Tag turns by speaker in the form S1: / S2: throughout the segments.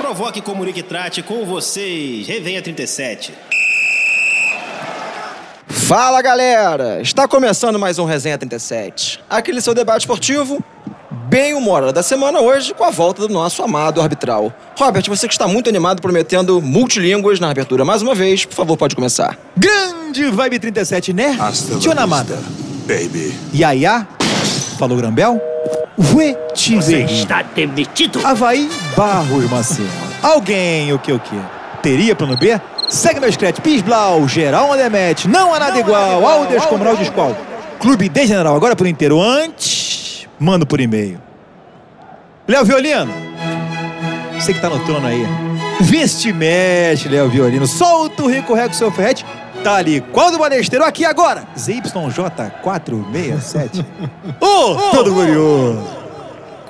S1: Provoque, comunique, trate com vocês. Revenha 37.
S2: Fala galera! Está começando mais um Resenha 37. Aquele seu debate esportivo, bem humorado da semana hoje, com a volta do nosso amado arbitral. Robert, você que está muito animado prometendo multilínguas na abertura mais uma vez, por favor, pode começar.
S3: Grande Vibe 37, né?
S4: Hasta
S3: Tio
S4: la
S3: Namada.
S4: vista, baby.
S3: Yaya. Falou Grambel. Ué,
S5: Você
S3: Tiveri.
S5: está demitido.
S3: Havaí Barros Macedo. Alguém, o que, o que? Teria plano B? Segue meus créditos. Pisblau, geral on the match. Não há nada igual. Aldeus Comunal de Esqual. Clube de General, agora por inteiro. Antes, mando por e-mail. Léo Violino, você que tá no trono aí. Viste mexe, Léo Violino. Solta o Rico Reco, seu ferrete. Tá ali, qual do balesteiro? Aqui agora. ZYJ467. Ô, todo glorioso.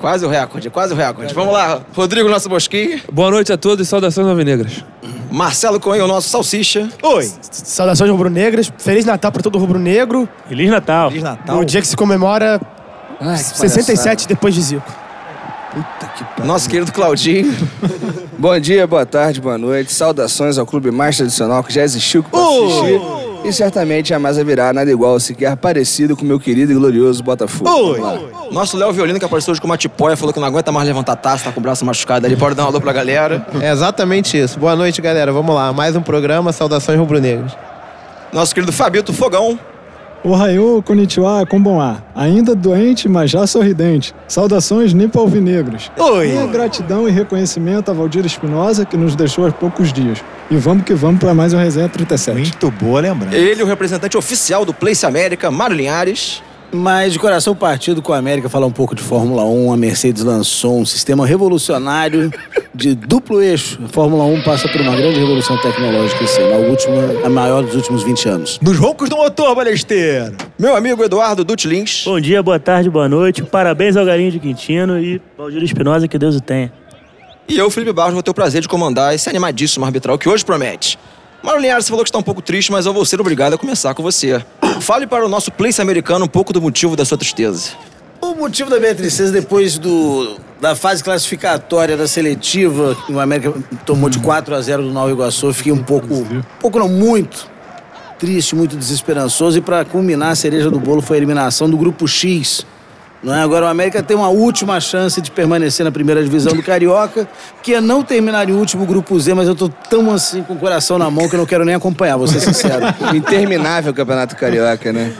S2: Quase o recorde, quase o recorde. Vamos lá, Rodrigo, nosso bosquinho.
S6: Boa noite a todos e saudações alvinegras.
S2: Marcelo Coelho, nosso salsicha.
S3: Oi.
S7: Saudações rubro-negras. Feliz Natal para todo rubro-negro.
S5: Feliz Natal.
S3: Feliz Natal.
S7: O dia que se comemora
S2: Ai,
S7: 67 depois de Zico.
S2: Nosso querido Claudinho.
S8: Bom dia, boa tarde, boa noite. Saudações ao clube mais tradicional que já existiu, que posso assistir. E certamente jamais haverá nada igual, sequer parecido com meu querido e glorioso Botafogo.
S3: Oi.
S8: Vamos lá.
S2: Nosso Léo Violino, que apareceu hoje com uma tipóia, falou que não aguenta mais levantar taça, tá com o braço machucado ali, pode dar um alô pra galera.
S9: É exatamente isso. Boa noite, galera. Vamos lá. Mais um programa. Saudações rubro-negras.
S2: Nosso querido Fabito Fogão.
S10: Ohayô, konnichiwa, é konbanwa. Ainda doente, mas já sorridente. Saudações nipo-alvinegros.
S3: Oi.
S10: Minha gratidão e reconhecimento a Valdir Espinosa, que nos deixou há poucos dias. E vamos que vamos para mais um Resenha 37.
S3: Muito boa lembrança.
S2: Ele, o representante oficial do Place América, Mário Linhares.
S11: Mas de coração partido com a América, falar um pouco de Fórmula 1. A Mercedes lançou um sistema revolucionário de duplo eixo. A Fórmula 1 passa por uma grande revolução tecnológica esse ano, a, última, a maior dos últimos 20 anos.
S3: Nos roncos do motor, balesteiro.
S2: Meu amigo Eduardo Dutch Lins.
S5: Bom dia, boa tarde, boa noite. Parabéns ao Galinho de Quintino e Valdir Espinosa, que Deus o tenha.
S2: E eu, Felipe Barros, vou ter o prazer de comandar esse animadíssimo arbitral que hoje promete. Mário Linhares, você falou que está um pouco triste, mas eu vou ser obrigado a começar com você. Fale para o nosso Place Americano um pouco do motivo da sua tristeza.
S11: O motivo da minha tristeza depois do, da fase classificatória da seletiva, que o América tomou de 4 a 0 do Nova Iguaçu, eu fiquei um pouco, um pouco não, muito triste, muito desesperançoso. E para culminar, a cereja do bolo foi a eliminação do Grupo X. Não é? Agora o América tem uma última chance de permanecer na primeira divisão do Carioca, que é não terminar em último Grupo Z, mas eu tô tão assim com o coração na mão que eu não quero nem acompanhar, vou ser sincero.
S8: Interminável Campeonato Carioca, né?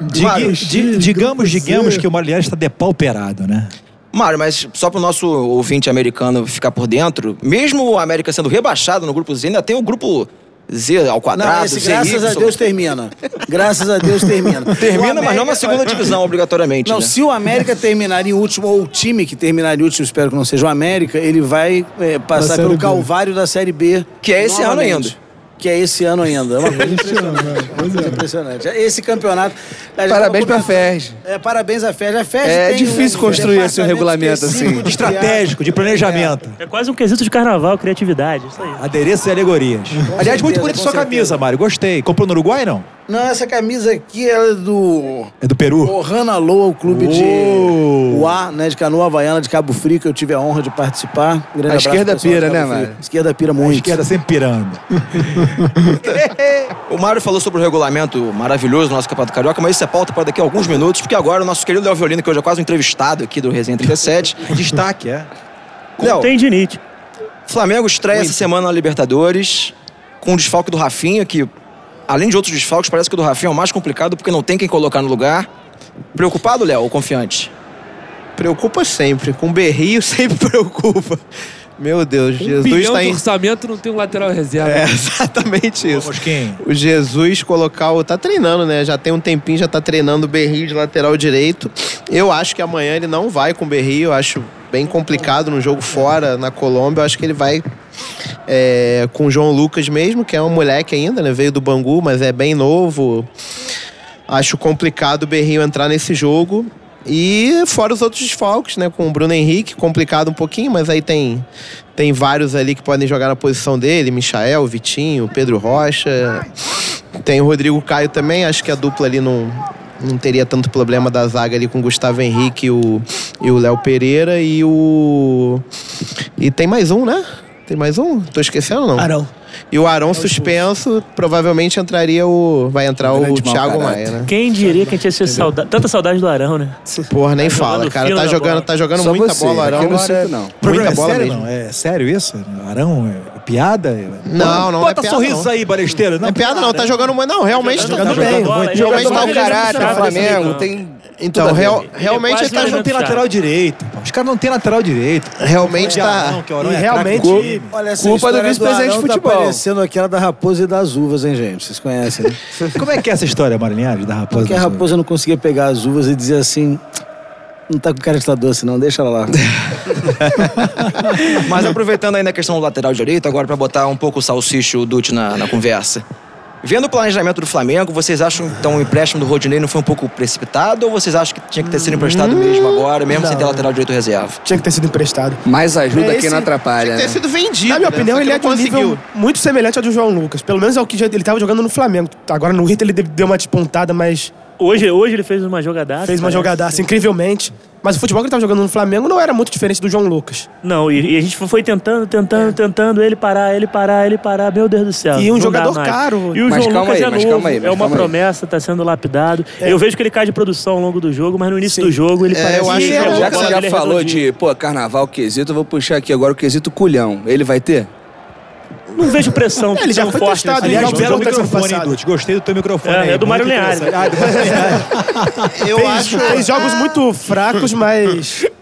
S3: Dig- di- digamos, digamos que o Mário Linhares está depauperado, né?
S2: Mário, mas só para o nosso ouvinte americano ficar por dentro, mesmo o América sendo rebaixado no grupo Z, ainda tem o grupo Z ao quadrado,
S11: Não, esse
S2: ZY.
S11: graças a Deus termina. Graças a Deus termina. O
S2: Termina, mas
S11: América-
S2: não na segunda divisão, obrigatoriamente.
S11: Não,
S2: né?
S11: se o América terminar em último, ou o time que terminar em último, espero que não seja o América, ele vai é, passar
S10: Série
S11: pelo
S10: B.
S11: calvário da Série B.
S2: Que é esse ano
S11: novamente.
S2: ainda.
S11: Que é esse ano ainda. É uma coisa
S10: Este ano,
S11: impressionante.
S10: é. Pois
S11: Coisa
S10: é.
S11: impressionante. Esse campeonato. a gente
S8: Parabéns
S11: tava
S8: pra
S11: comentando-
S8: Ferj.
S11: É, parabéns à FERJ. A FERJ
S8: É
S11: tem um
S8: difícil construir esse
S11: departamento
S8: regulamento,
S11: específico
S8: assim.
S11: de
S3: Estratégico, de planejamento.
S5: É quase um quesito de carnaval, criatividade, isso aí.
S3: Adereços e alegorias. Aliás, muito
S11: certeza,
S3: bonita
S11: com
S3: sua
S11: certeza.
S3: camisa, Mário. Gostei. Comprou no Uruguai, não?
S11: Não, essa camisa aqui ela é do
S3: É do Peru?
S11: Ohana Loa, o clube de
S3: Uou.
S11: Uá, né, de canoa havaiana de Cabo Frio, que eu tive a honra de participar. Grande abraço
S8: esquerda
S11: pro pessoal de
S8: pira,
S11: Cabo
S8: né,
S11: Frio.
S8: Mário?
S11: Esquerda pira
S3: A
S11: muito.
S3: esquerda sempre pirando.
S2: O Mário falou sobre o regulamento maravilhoso do nosso Campeonato Carioca, mas isso é pauta para daqui a alguns minutos, porque agora o nosso querido Léo Violino, que hoje é quase um entrevistado aqui do Resenha 37.
S3: Destaque, é.
S2: Léo,
S5: Tem dinite.
S2: Flamengo estreia essa semana na Libertadores, com o desfalque do Rafinha, que além de outros desfalques, parece que o do Rafinha é o mais complicado, porque não tem quem colocar no lugar. Preocupado, Léo, ou confiante?
S9: Preocupa sempre. Com berrio sempre preocupa. Meu Deus,
S6: Um
S9: Jesus
S6: bilhão
S9: está
S6: de
S9: em.
S6: orçamento não tem um lateral reserva.
S9: É exatamente isso.
S3: Mosquinho.
S9: O Jesus colocar o. Tá treinando, né? Já tem um tempinho, já tá treinando o berrio de lateral direito. Eu acho que amanhã ele não vai com o berrio. Eu acho bem complicado no jogo fora, na Colômbia. Eu acho que ele vai é, com o João Lucas mesmo, que é um moleque ainda, né? Veio do Bangu, mas é bem novo. Acho complicado o Berrinho entrar nesse jogo. E fora os outros desfalques, né? Com o Bruno Henrique, complicado um pouquinho, mas aí tem, tem vários ali que podem jogar na posição dele: Michael, Vitinho, Pedro Rocha. Tem o Rodrigo Caio também, acho que a dupla ali não, não teria tanto problema da zaga ali com o Gustavo Henrique e o, e o Léo Pereira e o. E tem mais um, né? Tem mais um? Tô esquecendo, não?
S7: Arão.
S9: E o Arão suspenso, provavelmente entraria o. Vai entrar o,
S8: Grande mau
S9: Thiago
S8: caráter.
S9: Maia, né?
S5: Quem diria que a gente ia ser saudade. Tanta saudade do Arão, né?
S9: Porra, nem
S5: Tá
S9: fala,
S5: jogando
S9: cara.
S5: fino
S9: Tá
S5: na
S9: jogando,
S5: bola.
S9: tá jogando
S8: Só
S9: muita
S8: você,
S9: bola, Arão.
S8: aqui eu não
S9: Agora-
S8: sinto, não. O
S9: Muita
S3: é
S9: bola
S3: sério,
S9: mesmo.
S3: não? É sério isso? Arão, é piada?
S9: Não, não, não é
S3: Bota
S9: piada,
S3: sorriso
S9: não.
S3: aí, balesteiro.
S9: Não é piada, não. Tá jogando muito. Não, realmente tá
S3: jogando bem. muito.
S9: Realmente
S8: Jogador
S9: tá
S8: mau
S9: um
S8: caráter,
S5: cara
S8: o Flamengo
S5: desse
S8: tem...
S9: Então,
S8: tudo a
S9: real-
S8: ver.
S9: realmente
S5: quase
S9: ele tá
S5: não
S7: é
S3: Não tem
S5: Chaves.
S3: lateral direito. pô. Os caras não tem lateral direito.
S9: Realmente tá.
S3: Não, que o Arão
S7: E
S3: é
S7: realmente-
S3: craque.
S11: Olha, essa
S8: Culpa do
S11: história
S8: vice-presidente
S11: Arão
S8: de futebol.
S11: Tá parecendo aquela da raposa e das uvas, hein, gente? Vocês conhecem, né?
S3: Como é que é essa história, Mário Linhares, da raposa?
S11: Porque a
S3: do Sul?
S11: raposa não conseguia pegar as uvas e dizer assim... Não tá com cara de tá doce, não. Deixa ela lá.
S2: Mas aproveitando ainda a questão do lateral direito, agora pra botar um pouco o salsicho e o Dutti na, na conversa. Vendo o planejamento do Flamengo, vocês acham então o empréstimo do Rodinei não foi um pouco precipitado ou vocês acham que tinha que ter sido
S9: Hum,
S2: emprestado mesmo agora, mesmo sem ter lateral direito reserva?
S7: Tinha que ter sido emprestado.
S8: Mais ajuda
S7: É
S8: quem não
S7: esse-
S8: atrapalha,
S9: Tinha
S8: né?
S9: que ter sido vendido.
S7: Na minha
S9: né?
S7: opinião,
S9: Só que
S7: ele
S9: não
S7: é de um nível
S9: conseguiu.
S7: muito semelhante ao do João Lucas. Pelo menos é o que já- ele estava jogando no Flamengo. Agora no Inter ele de- deu uma despontada, mas
S5: Hoje, hoje ele fez uma jogadaça.
S7: fez uma
S5: parece.
S7: jogadaça incrivelmente. Mas o futebol que ele estava jogando no Flamengo não era muito diferente do João Lucas.
S5: Não, e, e a gente foi tentando, tentando, tentando ele parar, ele parar, ele parar. Meu Deus do céu.
S7: É. E um
S5: não dá
S7: jogador
S5: mais.
S7: caro.
S5: E o
S8: Mas
S5: João
S8: calma
S5: Lucas
S8: aí,
S5: é
S8: mas
S5: novo,
S8: calma aí, mas
S5: é uma
S8: calma aí.
S5: promessa, tá sendo lapidado.
S7: É.
S5: Eu vejo que ele cai de produção ao longo do jogo, mas no início do jogo ele
S9: É,
S5: parece
S9: eu acho
S5: que
S9: que é
S5: a
S9: um-
S8: Já que
S5: bola
S8: você já
S5: dele é
S8: falou
S5: redondinha.
S8: de, pô, carnaval, quesito, eu vou puxar aqui agora o quesito culhão. Ele vai ter?
S5: Não vejo pressão.
S7: É, ele já
S5: tão
S7: foi
S5: forte
S7: testado,
S5: nesse
S7: ele
S3: Aliás,
S7: já
S5: jogo.
S3: é belo
S7: jogo da semana
S3: microfone, hein,
S7: passada.
S3: Dutti? Gostei do teu microfone
S5: É,
S3: aí.
S5: é do Mário
S3: Muito
S5: Linhares.
S3: interessante. Ah, do Mário Linhares.
S9: Eu acho.
S7: Fez jogos muito fracos, mas.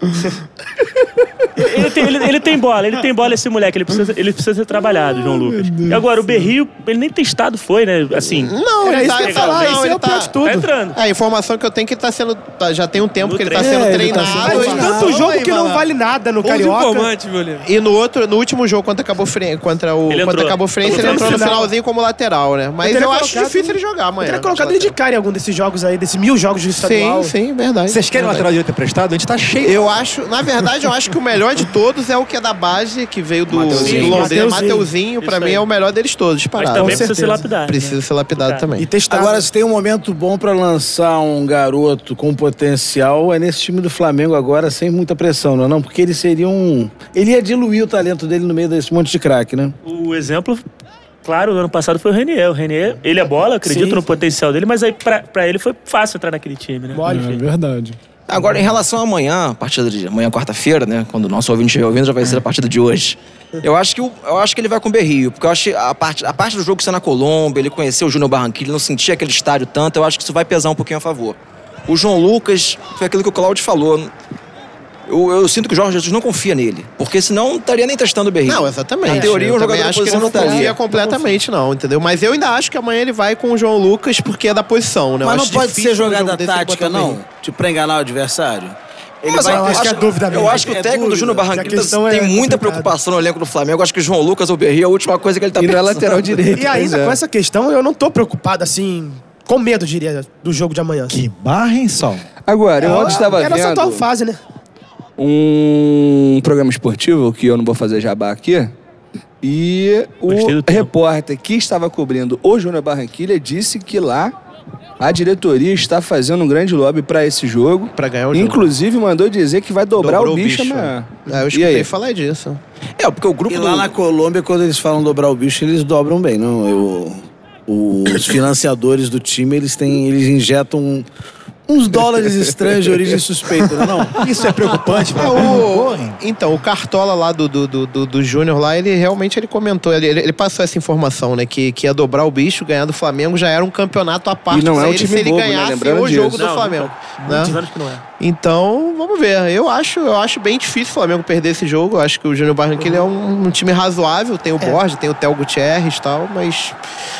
S5: Ele tem, ele, ele tem bola, ele tem bola esse moleque, ele precisa, ele precisa ser trabalhado, João Lucas. E agora, o Berrio, ele nem testado foi, né? Assim,
S9: Não,
S7: Era
S9: ele tá
S7: isso que eu ia falar,
S9: não,
S7: isso
S9: ele
S7: é o pior de tudo.
S5: tá entrando.
S9: A informação que eu tenho é que ele tá sendo. tá- Já tem um tempo
S5: No
S9: que ele tá
S5: treino.
S9: sendo
S7: É, ele tá
S9: treinado.
S7: sendo
S9: ele-
S7: Mas tanto
S9: Calma
S7: jogo
S9: aí,
S7: que não
S9: malandro.
S7: vale nada no
S6: Bom de
S7: Carioca.
S6: informante, meu livro.
S9: E no outro, no último jogo contra Cabo Fre... contra o
S5: Ele
S9: contra
S5: entrou.
S9: Cabo Frense,
S5: Entrou
S9: ele
S5: no
S9: entrou no
S7: final.
S9: finalzinho como lateral, né? Mas
S7: teria
S9: eu acho
S7: colocado-
S9: difícil ele jogar
S7: Eu
S9: amanhã. né,
S7: teria colocado ele de cara em algum desses jogos aí, desses mil jogos de estadual.
S9: Sim, sim, verdade.
S3: Vocês querem
S9: Verdade.
S3: lateral direito emprestado? A gente tá cheio.
S9: Eu acho, na verdade, eu acho que o melhor de todos é o que é da base, que veio do
S5: Mateuzinho.
S9: do Londrina.
S7: Mateuzinho.
S9: Mateuzinho, pra
S5: Isso
S9: mim,
S5: aí.
S9: é o melhor deles todos,
S5: mas
S9: parado.
S5: também
S9: Com
S5: precisa ser
S7: certeza.
S5: lapidado.
S9: Precisa né? ser lapidado
S5: Tá.
S9: também.
S7: E testado.
S11: Agora, se tem um momento bom pra lançar um garoto com potencial, é nesse time do Flamengo agora, sem muita pressão, não é não? Porque ele seria um... Ele ia diluir o talento dele no meio desse monte de craque, né?
S5: O exemplo, claro, no ano passado foi o Renier. O Renier, ele é bola, acredito no potencial dele, mas aí pra, pra ele foi fácil entrar naquele time, né?
S10: É
S5: Enfim.
S10: verdade.
S2: Agora, em relação a amanhã, a partida de amanhã, quarta-feira, né? Quando o nosso ouvinte estiver ouvindo, já vai ser a partida de hoje. Eu acho que, o- eu acho que ele vai com o Berrio, porque eu acho que a parte, a parte do jogo ser na Colômbia, ele conheceu o Júnior Barranquilla, ele não sentia aquele estádio tanto, eu acho que isso vai pesar um pouquinho a favor. O João Lucas, foi aquilo que o Claudio falou. Eu, eu sinto que o Jorge Jesus não confia nele, porque senão não estaria nem testando o Berrio.
S9: Não, exatamente.
S2: Na teoria,
S9: eu
S2: um
S9: também
S2: jogador
S9: acho que ele
S2: posição
S9: não
S2: não estaria.
S9: confia completamente, não, entendeu? Mas eu ainda acho que amanhã ele vai com o João Lucas porque é da posição, né? Eu
S11: Mas não
S9: acho
S11: pode
S9: difícil
S11: ser
S9: um jogo
S11: jogada
S9: desse ele
S11: tática,
S9: botar o
S11: não?
S9: Berrio.
S11: Tipo, pra enganar o adversário? Ele
S2: Mas
S11: vai...
S2: eu
S7: acho que é dúvida
S2: Eu
S7: mesmo.
S2: acho que o
S11: É
S2: técnico do
S11: dúvida.
S2: Júnior
S7: Que a
S2: Barranquilla
S7: questão é
S2: tem muita
S7: complicada.
S2: preocupação no elenco do Flamengo. Eu acho que o João Lucas ou o Berrio é a última coisa que ele tá
S8: E não é
S2: pensando.
S8: lateral direito.
S7: E ainda
S8: pois é.
S7: com essa questão, eu não tô preocupado, assim, com medo, diria, do jogo de amanhã.
S3: Que barra, hein, Sol?
S8: Agora, eu ontem estava
S7: Era só tua
S8: vendo
S7: fase, né?
S8: um programa esportivo, que eu não vou fazer jabá aqui, e
S5: Gostei do
S8: o
S5: tema.
S8: repórter que estava cobrindo o Júnior Barranquilha disse que lá a diretoria está fazendo um grande lobby para esse jogo.
S9: Pra ganhar o jogo.
S8: Inclusive, mandou dizer que vai dobrar
S9: Dobrou
S8: o bicho, amanhã. e
S9: né? É, eu
S8: aí?
S9: escutei falar disso.
S2: É, porque o grupo
S11: E lá
S2: do-
S11: na Colômbia, quando eles falam dobrar o bicho, eles dobram bem, não? Eu- os financiadores do time, eles têm, eles injetam um, uns dólares estranhos de origem suspeita, não? é não?
S3: Isso é preocupante,
S11: Ah,
S9: É,
S3: mano.
S9: o- Então, o Cartola lá do, do, do, do, do Júnior lá, ele realmente ele comentou, ele, ele- ele passou essa informação, né? Que, que ia dobrar o bicho, ganhar do Flamengo já era um campeonato à parte.
S8: E não é
S9: pra
S8: um
S9: ele,
S8: time
S9: se ele
S8: bobo, né?
S9: ganhasse
S8: Lembrando
S9: o jogo
S8: disso.
S9: do
S5: Não,
S9: Flamengo.
S5: nunca. Muitos
S9: né?
S5: anos que não é.
S9: Então, vamos ver. Eu acho, eu acho bem difícil o Flamengo perder esse jogo. Eu acho que o Júnior Barranquilla é um, um time razoável, tem o
S11: É.
S9: Borges, tem o Theo Gutierrez e tal, mas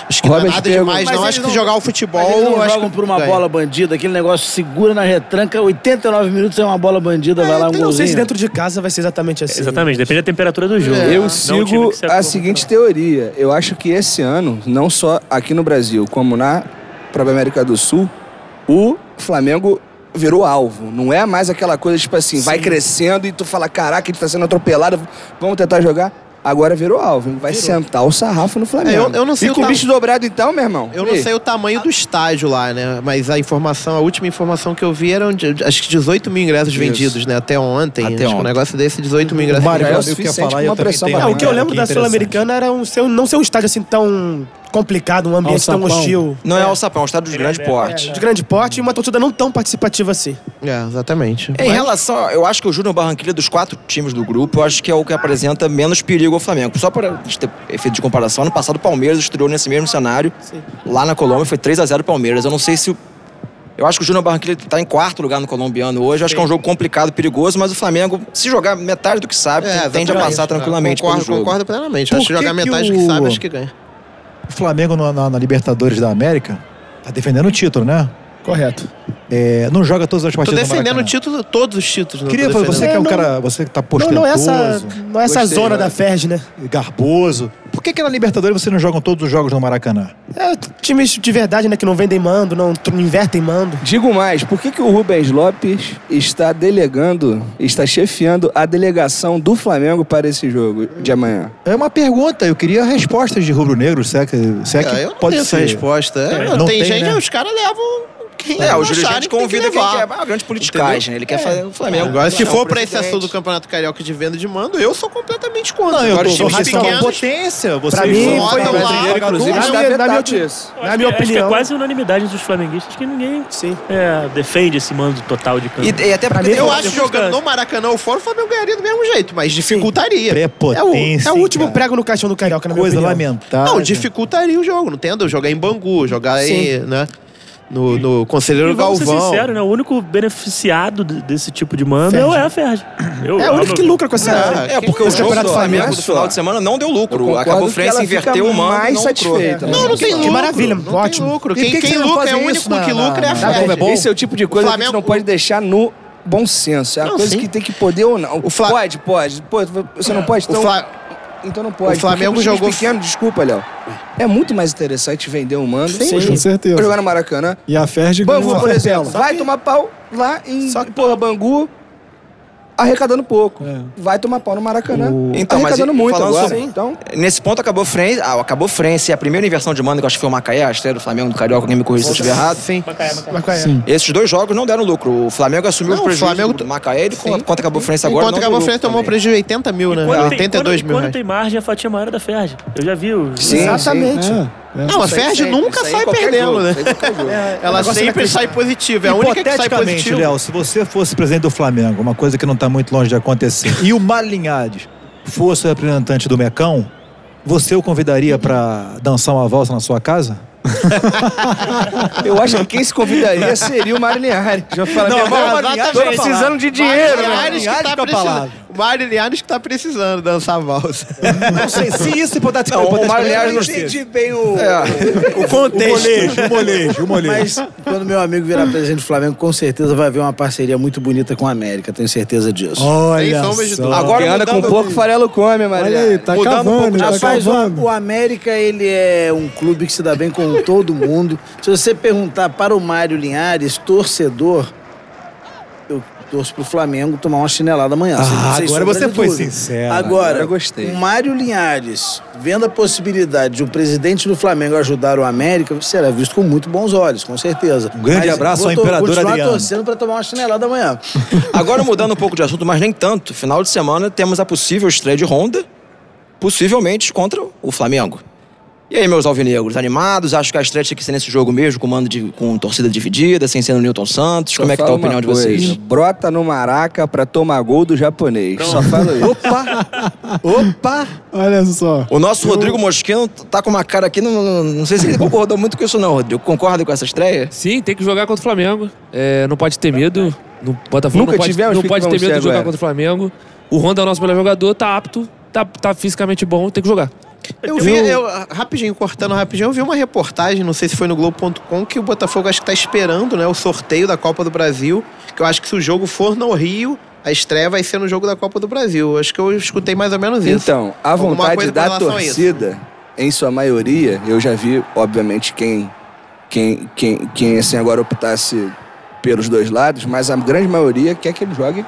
S9: acho que não é
S8: Robert
S9: nada
S8: pergunta-
S9: demais,
S11: Mas
S9: não.
S11: eles
S9: Acho que
S11: não-
S9: jogar o
S11: Mas
S9: futebol.
S11: eles não
S9: eu acho
S11: jogam
S9: que
S11: por uma
S9: ganha.
S11: bola bandida, aquele negócio segura na retranca, 89 minutos é uma bola bandida, vai lá um
S7: Eu não sei se
S11: golzinho.
S7: dentro de casa vai ser exatamente assim.
S5: Exatamente, depende da temperatura do jogo.
S9: É.
S5: Não
S8: Eu
S5: o time
S8: sigo
S5: que se
S8: a
S5: acomodou.
S8: seguinte teoria. Eu acho que esse ano, não só aqui no Brasil, como na própria América do Sul, o Flamengo virou alvo. Não é mais aquela coisa, tipo assim, vai crescendo e tu fala, caraca, a gente tá sendo atropelado, vamos tentar jogar. Agora virou alvo. hein? Vai sentar o sarrafo no Flamengo.
S9: É, eu- eu não sei
S8: e
S9: o
S8: com o
S9: tam-
S8: bicho dobrado então, meu irmão.
S9: Eu não
S8: Ei,
S9: sei o tamanho do estádio lá, né? Mas a informação, a última informação que eu vi eram de- de- acho que 18 mil ingressos vendidos, né? Até ontem.
S3: Até
S9: acho que um
S3: ontem.
S9: negócio desse, 18 mil ingressos
S3: Mário,
S9: vendidos.
S3: eu
S8: o
S3: sei o que ia
S8: suficiente
S3: falar
S8: pra
S3: e eu
S8: uma
S3: também
S8: pressão
S3: tenho
S7: Ah, o que eu
S3: Olha,
S7: lembro
S3: que
S7: da
S3: interessante.
S7: Sul-Americana era um, ser um- não ser um estádio assim tão complicado, um ambiente tão
S10: Alçapão.
S7: hostil.
S2: Não é alçapão, é um estádio de grande porte.
S7: De grande porte e uma torcida não tão participativa assim.
S9: É, exatamente.
S2: Em relação, a- eu acho que o Júnior Barranquilla é dos quatro times do grupo, eu acho que é o que apresenta menos perigo ao Flamengo. Só para ter efeito de comparação, ano passado o Palmeiras estreou nesse mesmo cenário, lá na Colômbia, foi 3 a 0 Palmeiras. Eu não sei se o- eu acho que o Júnior Barranquilla está em quarto lugar no colombiano hoje. Eu acho que é um jogo complicado, perigoso, mas o Flamengo, se jogar metade do que sabe, tende a
S9: É, exatamente.
S2: passar tranquilamente
S9: concordo,
S2: pelo jogo.
S9: Concordo plenamente.
S3: Por
S9: acho que
S3: que
S9: jogar
S3: que
S9: metade que,
S3: o-
S9: sabe, acho que ganha.
S3: O Flamengo na, na- na Libertadores da América tá defendendo o título, né?
S7: Correto.
S3: É, não joga todas as
S9: Tô
S3: partidas. no
S9: defendendo o
S3: Maracanã.
S9: título, todos os títulos. não
S3: Queria
S9: tô
S3: fazer você que é um
S7: Não,
S3: cara, você que tá
S7: Não,
S3: postentoso,
S7: não é essa, não é essa
S8: Gostei,
S7: zona
S8: vai.
S7: da Ferg, né?
S3: garboso. Por que, que na Libertadores você não joga todos os jogos no Maracanã?
S7: É, times de verdade, né? Que não vendem mando, não tr- invertem mando.
S8: Digo mais, por que, que o Rubens Lopes está delegando, está chefiando a delegação do Flamengo para esse jogo de amanhã?
S3: É uma pergunta, eu queria respostas de rubro-negro, se é que, se é que
S9: É, eu não
S3: pode
S9: tenho
S3: ser.
S9: essa resposta. É,
S3: Não
S9: tem,
S3: tem,
S9: gente,
S3: né?
S9: os caras levam quem
S2: É, o
S9: acharem
S2: Júlio Gente
S9: que tem que
S2: convida quem
S9: levar. É.
S2: quer. É uma grande politicagem. Ele quer fazer o
S3: É,
S2: Flamengo.
S9: Agora, se
S2: Não,
S9: for
S2: o
S9: pra esse
S2: presidente.
S9: assunto do Campeonato Carioca de venda de mando, eu sou completamente contra.
S3: Não, eu
S9: Agora,
S3: tô,
S9: os times
S3: vocês são uma
S9: pequenos,
S3: potência, vocês
S7: Pra mim,
S3: são-
S7: foi
S9: Bota lá.
S3: brasileiro,
S8: Inclusive,
S7: Na
S8: está
S7: minha- na
S8: vetado
S7: minha-
S8: isso.
S7: Na minha
S5: Acho que é
S7: opinião.
S5: quase unanimidade dos flamenguistas que ninguém
S7: Sim.
S5: é, defende esse mando total de campo.
S2: E, e até porque
S7: mim,
S2: tem- um
S9: Eu
S5: Eu
S9: acho que
S5: acho
S9: jogando
S5: que-
S9: no Maracanã ou fora, o Flamengo ganharia do mesmo jeito, mas dificultaria.
S7: É o,
S3: Prepotência.
S7: é o último
S3: cara.
S7: prego no caixão do Carioca, na minha
S3: Coisa
S7: opinião.
S3: lamentável.
S9: Não, dificultaria o jogo, não entendo? Jogar em Bangu, jogar aí, né? No, no Conselheiro
S5: E vamos ser
S9: Galvão.
S5: sinceros, né? O único beneficiado de- desse tipo de mando
S7: Ferdi.
S5: é a Ferdi. Eu-
S7: É o único que lucra com essa.
S3: Ah,
S9: É.
S2: É, porque o
S7: Esse
S2: jogo
S7: campeonato
S2: do Flamengo
S8: Flamengo,
S2: do final de semana não deu lucro.
S8: concordo
S2: Acabou o
S8: que
S2: Frença
S8: ela fica
S2: inverteu o mando e
S8: mais
S2: não lucrou.
S8: satisfeita.
S9: Não, não tem
S7: Que
S9: lucro.
S7: maravilha,
S9: não
S7: ótimo.
S9: Tem lucro.
S3: E por
S9: Quem,
S3: que que
S9: né? quem
S3: vocês não
S9: lucra é o
S3: fazem
S9: único
S3: isso na-
S9: que
S3: na-
S9: lucra é a
S3: na
S9: Ferdi.
S3: Comebol?
S8: Esse é o tipo de coisa que a gente
S9: Flamengo-
S8: não pode deixar no bom senso. É uma
S9: Não,
S8: coisa
S9: sim.
S8: que tem que poder ou não.
S9: O Fla-
S8: Pode, pode. Pô, você não pode,
S9: O
S8: então,
S9: Fla-
S8: então não pode.
S9: o Flamengo
S8: Porque pros times
S9: jogou-
S8: pequenos, desculpa, Léo. É muito mais interessante vender um mando.
S10: com certeza.
S8: Jogar no Maracanã.
S10: E a Ferdi ganhou É,
S8: Bangu,
S10: a
S8: por exemplo,
S10: favela.
S8: vai tomar pau lá em porra, Bangu, arrecadando pouco.
S9: É.
S8: Vai tomar pau no Maracanã,
S2: Então, mas
S8: arrecadando
S2: e-
S8: muito
S2: falando
S8: agora.
S2: sobre-
S8: Então,
S2: Nesse ponto acabou o Frença. Ah, acabou o Frença. E a primeira inversão de mando, que eu acho que foi o Macaé, a estreia do Flamengo do Carioca, alguém me corrija se eu estiver errado.
S9: Sim.
S7: Mas qual é?
S2: Esses dois jogos não deram lucro. O Flamengo assumiu
S9: Não,
S2: os
S9: o
S2: prejuízos
S9: Flamengo-
S2: do Macaé e do-
S9: Sim.
S2: quanto acabou o Frença agora.
S9: Enquanto
S2: não
S9: acabou
S2: deu
S9: o Frença
S2: lucro
S9: tomou um
S2: também.
S9: prejuízo de 80 mil, né?
S5: Quando tem-
S9: 82
S5: quando-
S9: mil
S5: Quando
S9: reais.
S5: tem margem, a fatia maior é da Ferdi. Eu já vi os...
S7: Exatamente.
S10: É, é.
S9: Não, a
S8: isso aí
S9: Ferdi
S8: sempre,
S9: nunca
S8: isso aí em
S9: sai
S8: qualquer
S9: perdendo,
S8: jogo,
S9: né?
S8: isso aí em qualquer jogo.
S9: Ela
S7: negócio
S9: sempre sai positiva. É a única que sai
S3: Hipoteticamente,
S9: positiva.
S3: Léo, se você fosse presidente do Flamengo, uma coisa que não tá muito longe de acontecer, e o Mário Linhares fosse o representante do Mecão, você o convidaria pra dançar uma valsa na sua casa?
S8: eu acho que quem se convidaria seria o Mário Linhares. Já fala
S3: Não,
S9: É,
S8: "Meu irmão,
S3: mas-
S8: tô
S9: tá
S8: precisando de dinheiro,
S9: Mário
S8: meu irmão."
S9: Linhares que
S3: Linhares
S9: tá
S3: com a palavra.
S9: precisando. O Mário Linhares que tá precisando dançar valsa.
S3: Não sei, se isso
S2: Não,
S3: hipoteticamente...
S2: o Mário
S3: Linhares
S2: Linhares não É,
S3: sei.
S11: Entendi bem o,
S3: O molejo, o molejo, o molejo.
S11: Mas quando meu amigo virar presidente do Flamengo, com certeza vai haver uma parceria muito bonita com a América, tenho certeza disso.
S9: Sem
S3: Olha
S9: sombra de dúvida.
S3: só.
S8: Agora anda com pouco farelo come,
S10: Olha
S8: Mário
S10: aí,
S8: Linhares.
S10: tá
S11: Mudando um
S10: cavando,
S11: pouco de
S10: tá
S11: Rapaz,
S10: cavando.
S11: o, o América, ele é um clube que se dá bem com todo mundo. Se você perguntar para o Mário Linhares, torcedor, eu torço pro Flamengo tomar uma chinelada amanhã.
S3: Ah,
S11: sem- sem
S3: agora
S11: sombra
S3: você
S11: de
S3: foi
S11: dúvida.
S3: sincero,
S11: Agora,
S8: agora eu gostei.
S11: o Mário Linhares, vendo a possibilidade de o presidente do Flamengo ajudar o América, será visto com muito bons olhos, com certeza.
S3: Um grande abraço ao imperador
S11: Vou to- continuar
S3: Adriano.
S11: torcendo para tomar uma chinelada amanhã.
S2: Agora mudando um pouco de assunto, mas nem tanto. Final de semana temos a possível estreia de Honda, possivelmente contra o Flamengo. E aí, meus alvinegros, animados? Acho que a estreia tinha que ser nesse jogo mesmo, com, mando de, com torcida dividida, sem ser no Newton Santos. Como é que tá a
S8: Só falo
S2: opinião de
S8: uma
S2: vocês?
S8: coisa, Brota no Maraca pra tomar gol do japonês. Só falo isso.
S2: Opa!
S10: Olha só.
S2: O nosso Rodrigo Mosquino tá com uma cara aqui, não, não- não sei se ele concordou muito com isso não, Rodrigo. Concorda com essa estreia?
S6: Sim, tem que jogar contra o Flamengo. É, não pode ter medo. No
S2: Tá
S6: Botafogo
S8: Nunca
S6: não pode,
S8: tivemos,
S6: não
S8: que
S6: pode ter
S8: vamos
S6: medo
S8: ter
S6: de jogar
S8: agora?
S6: contra o Flamengo. O Honda é o nosso melhor jogador, tá apto, tá, tá fisicamente bom, tem que jogar.
S9: Eu vi,
S2: um-
S9: eu, rapidinho, cortando rapidinho, eu vi uma reportagem, não sei se foi no Globo.com, que o Botafogo acho que tá esperando, né, o sorteio da Copa do Brasil, que eu acho que se o jogo for no Rio, a estreia vai ser no jogo da Copa do Brasil. Acho que eu escutei mais ou menos isso.
S8: Então, a
S9: Alguma
S8: vontade
S9: coisa com
S8: da
S9: relação a isso.
S8: torcida, em sua maioria, eu já vi, obviamente, quem, quem, quem, quem assim agora optasse pelos dois lados, mas a grande maioria quer que ele jogue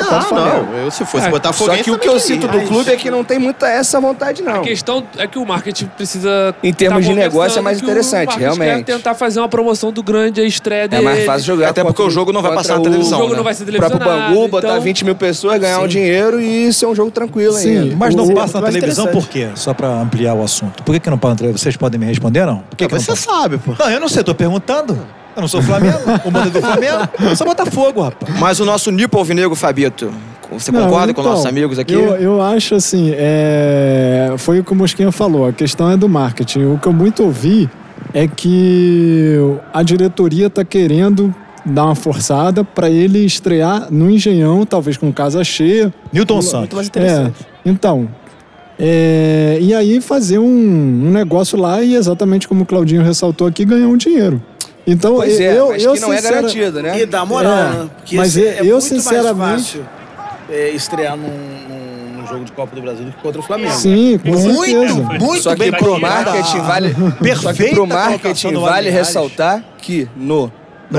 S9: Ah, não. Eu, se fosse Botafogo,
S8: Só que o que eu cito do clube é que não tem muita essa vontade, não.
S6: A questão é que o marketing precisa. tá
S8: Em termos de negócio, é mais
S6: que o
S8: interessante,
S6: marketing
S8: realmente.
S6: Quer tentar fazer uma promoção do grande, a estreia
S8: É
S6: dele.
S8: mais fácil jogar.
S2: Até porque
S8: contra
S2: o jogo não vai
S8: contra
S2: passar na televisão,
S6: O jogo
S2: né?
S6: não vai ser
S8: O próprio
S6: televisionado.
S8: Bangu, botar
S6: então-
S8: 20 mil pessoas, ganhar um dinheiro e ser um jogo tranquilo ainda.
S3: Mas não
S7: O-
S3: passa na
S8: é
S7: mas
S3: televisão
S7: interessante.
S3: por quê? Só pra ampliar o assunto. Por que, que não passa na televisão? Vocês podem me responder, não? Por que, que não
S9: Você
S3: passa?
S9: sabe, pô.
S3: Não, eu não sei, eu tô perguntando. Eu não sou Flamengo, o mundo é do Flamengo, eu sou Botafogo, rapaz.
S2: Mas o nosso Nipo Alvinegro, Fabito, você
S10: Não,
S2: concorda com
S10: então,
S2: nossos amigos aqui?
S10: Eu, eu acho assim, é, foi o que o Mosquinha falou, a questão é do marketing. O que eu muito ouvi é que a diretoria está querendo dar uma forçada para ele estrear no Engenhão, talvez com casa cheia.
S3: Newton
S7: Muito mais
S3: Santos.
S10: É,
S7: interessante.
S10: então, é, e aí fazer um, um negócio lá e exatamente como o Claudinho ressaltou aqui, ganhar um dinheiro. Então,
S8: Pois é,
S10: eu,
S8: mas
S10: eu
S8: que não é
S10: sincera-
S8: garantido, né?
S11: E dá moral,
S10: É,
S11: né? Porque
S10: mas
S11: esse-
S10: eu- eu,
S11: mais
S10: sinceramente-
S11: fácil é, estrear num, num- num jogo de Copa do Brasil do que contra o Flamengo.
S10: Sim, com certeza.
S3: muito
S8: Só que pro marketing vale, só que
S3: Perfeita
S8: pro
S3: colocação
S8: marketing
S3: do
S8: vale
S3: Wagner Ares.
S8: ressaltar que no
S3: Não pode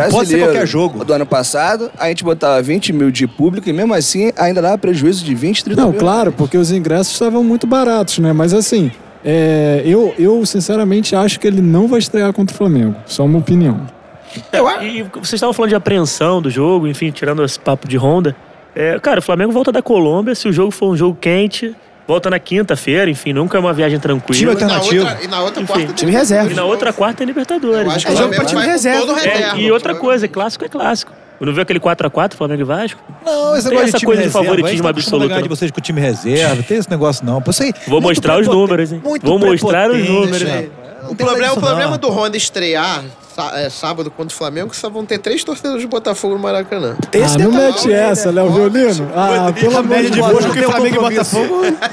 S3: ser
S8: brasileiro
S3: qualquer jogo.
S8: do ano passado, a gente botava 20 mil de público e mesmo assim ainda dava prejuízo de 20, 30
S10: Não,
S8: mil.
S10: claro, porque os ingressos estavam muito baratos, né? Mas assim, é, eu, eu sinceramente acho que ele não vai estrear contra o Flamengo. Só uma opinião.
S5: E, e vocês estavam falando de apreensão do jogo, enfim, tirando esse papo de Honda. É, cara, o Flamengo volta da Colômbia, se o jogo for um jogo quente, volta na quinta-feira, enfim, nunca é uma viagem
S3: Time
S5: tranquila.
S3: alternativo.
S9: E na outra
S5: Enfim,
S9: quarta
S7: Time reserva.
S5: E na outra quarta é
S9: Eu
S5: Libertadores.
S9: acho que
S7: É
S9: o
S7: jogo pra
S9: Flamengo
S7: time
S9: vai
S7: reserva.
S9: com todo
S5: É,
S9: reserva.
S5: e outra coisa, clássico é clássico. Não viu aquele 4x4 Flamengo e Vasco?
S3: Não, esse
S5: Tem
S3: negócio de
S5: essa
S3: time
S5: coisa de
S3: reserva,
S5: favoritismo
S3: a gente tá acostumado
S5: absoluto,
S3: a ganhar de
S5: não.
S3: vocês com o time reserva, tem esse negócio não. Pô, isso aí,
S5: Vou
S3: muito
S5: mostrar os
S3: prepotente,
S5: números, hein?
S3: muito
S5: Vou mostrar os
S3: prepotente,
S5: números.
S3: rapaz.
S9: O
S3: Não tem nada
S9: problema, é o
S3: disso,
S9: problema
S3: não.
S9: do Honda estrear sá- é, sábado contra o Flamengo que só vão ter três torcedores de Botafogo no Maracanã.
S10: ah, não mete
S9: aí, né?
S10: essa, Léo Violino. Ah, pelo
S3: A
S10: amor
S3: média
S10: de
S3: de
S10: Deus.
S3: Bosco tem um compromisso.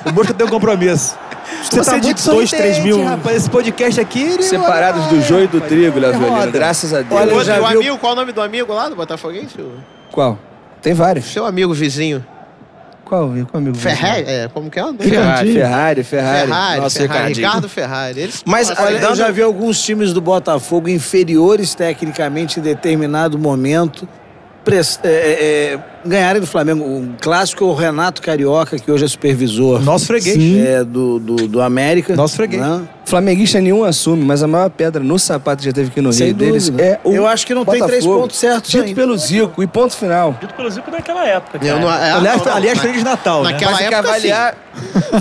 S3: O Bosco tem um compromisso. Você tá
S7: ser de
S3: muito
S7: dois,
S3: sorridente,
S7: três mil.
S3: rapaz. Esse podcast aqui... ele- é
S8: Separados do joio e do trigo, Léo Violino.
S3: roda.
S8: Graças a Deus.
S3: né?
S9: Olha, o
S8: Olha,
S9: outro- o amigo, qual o nome do amigo lá do Botafoguense? O
S8: Qual? Tem vários.
S9: Seu amigo vizinho.
S8: Qual, qual amigo?
S9: Ferrari? É, como que é? o nome?
S8: Ferrari, Ah, Ferrari,
S9: Ferrari,
S8: Ferrari. Nossa,
S9: Ferrari,
S8: Ricardinho.
S9: Ricardo Ferrari. Ele-
S2: Mas
S9: Nossa,
S11: Olha,
S2: Dando-
S11: eu já vi alguns times do Botafogo inferiores tecnicamente em determinado momento pres- é, é, é, ganharem do Flamengo. Um clássico é o Renato Carioca, que hoje é supervisor
S3: Nosso freguês.
S11: é, do, do, do América.
S3: Nosso freguês.
S11: né?
S8: Flamenguista nenhum assume, mas a maior pedra no sapato que já teve aqui no
S11: Sem
S8: Rio deles
S11: dúvida.
S8: é o
S11: Eu acho que não tem três
S8: Botafogo.
S11: pontos certos
S8: Dito
S11: ainda.
S8: pelo Zico e ponto final.
S5: Dito pelo Zico naquela época, cara.
S9: eu não- é,
S3: Aliás,
S9: não, não,
S3: aliás
S9: na-
S3: Feliz Natal, né?
S9: Naquela
S8: Mas tem que
S9: época, assim, sim.
S8: avaliar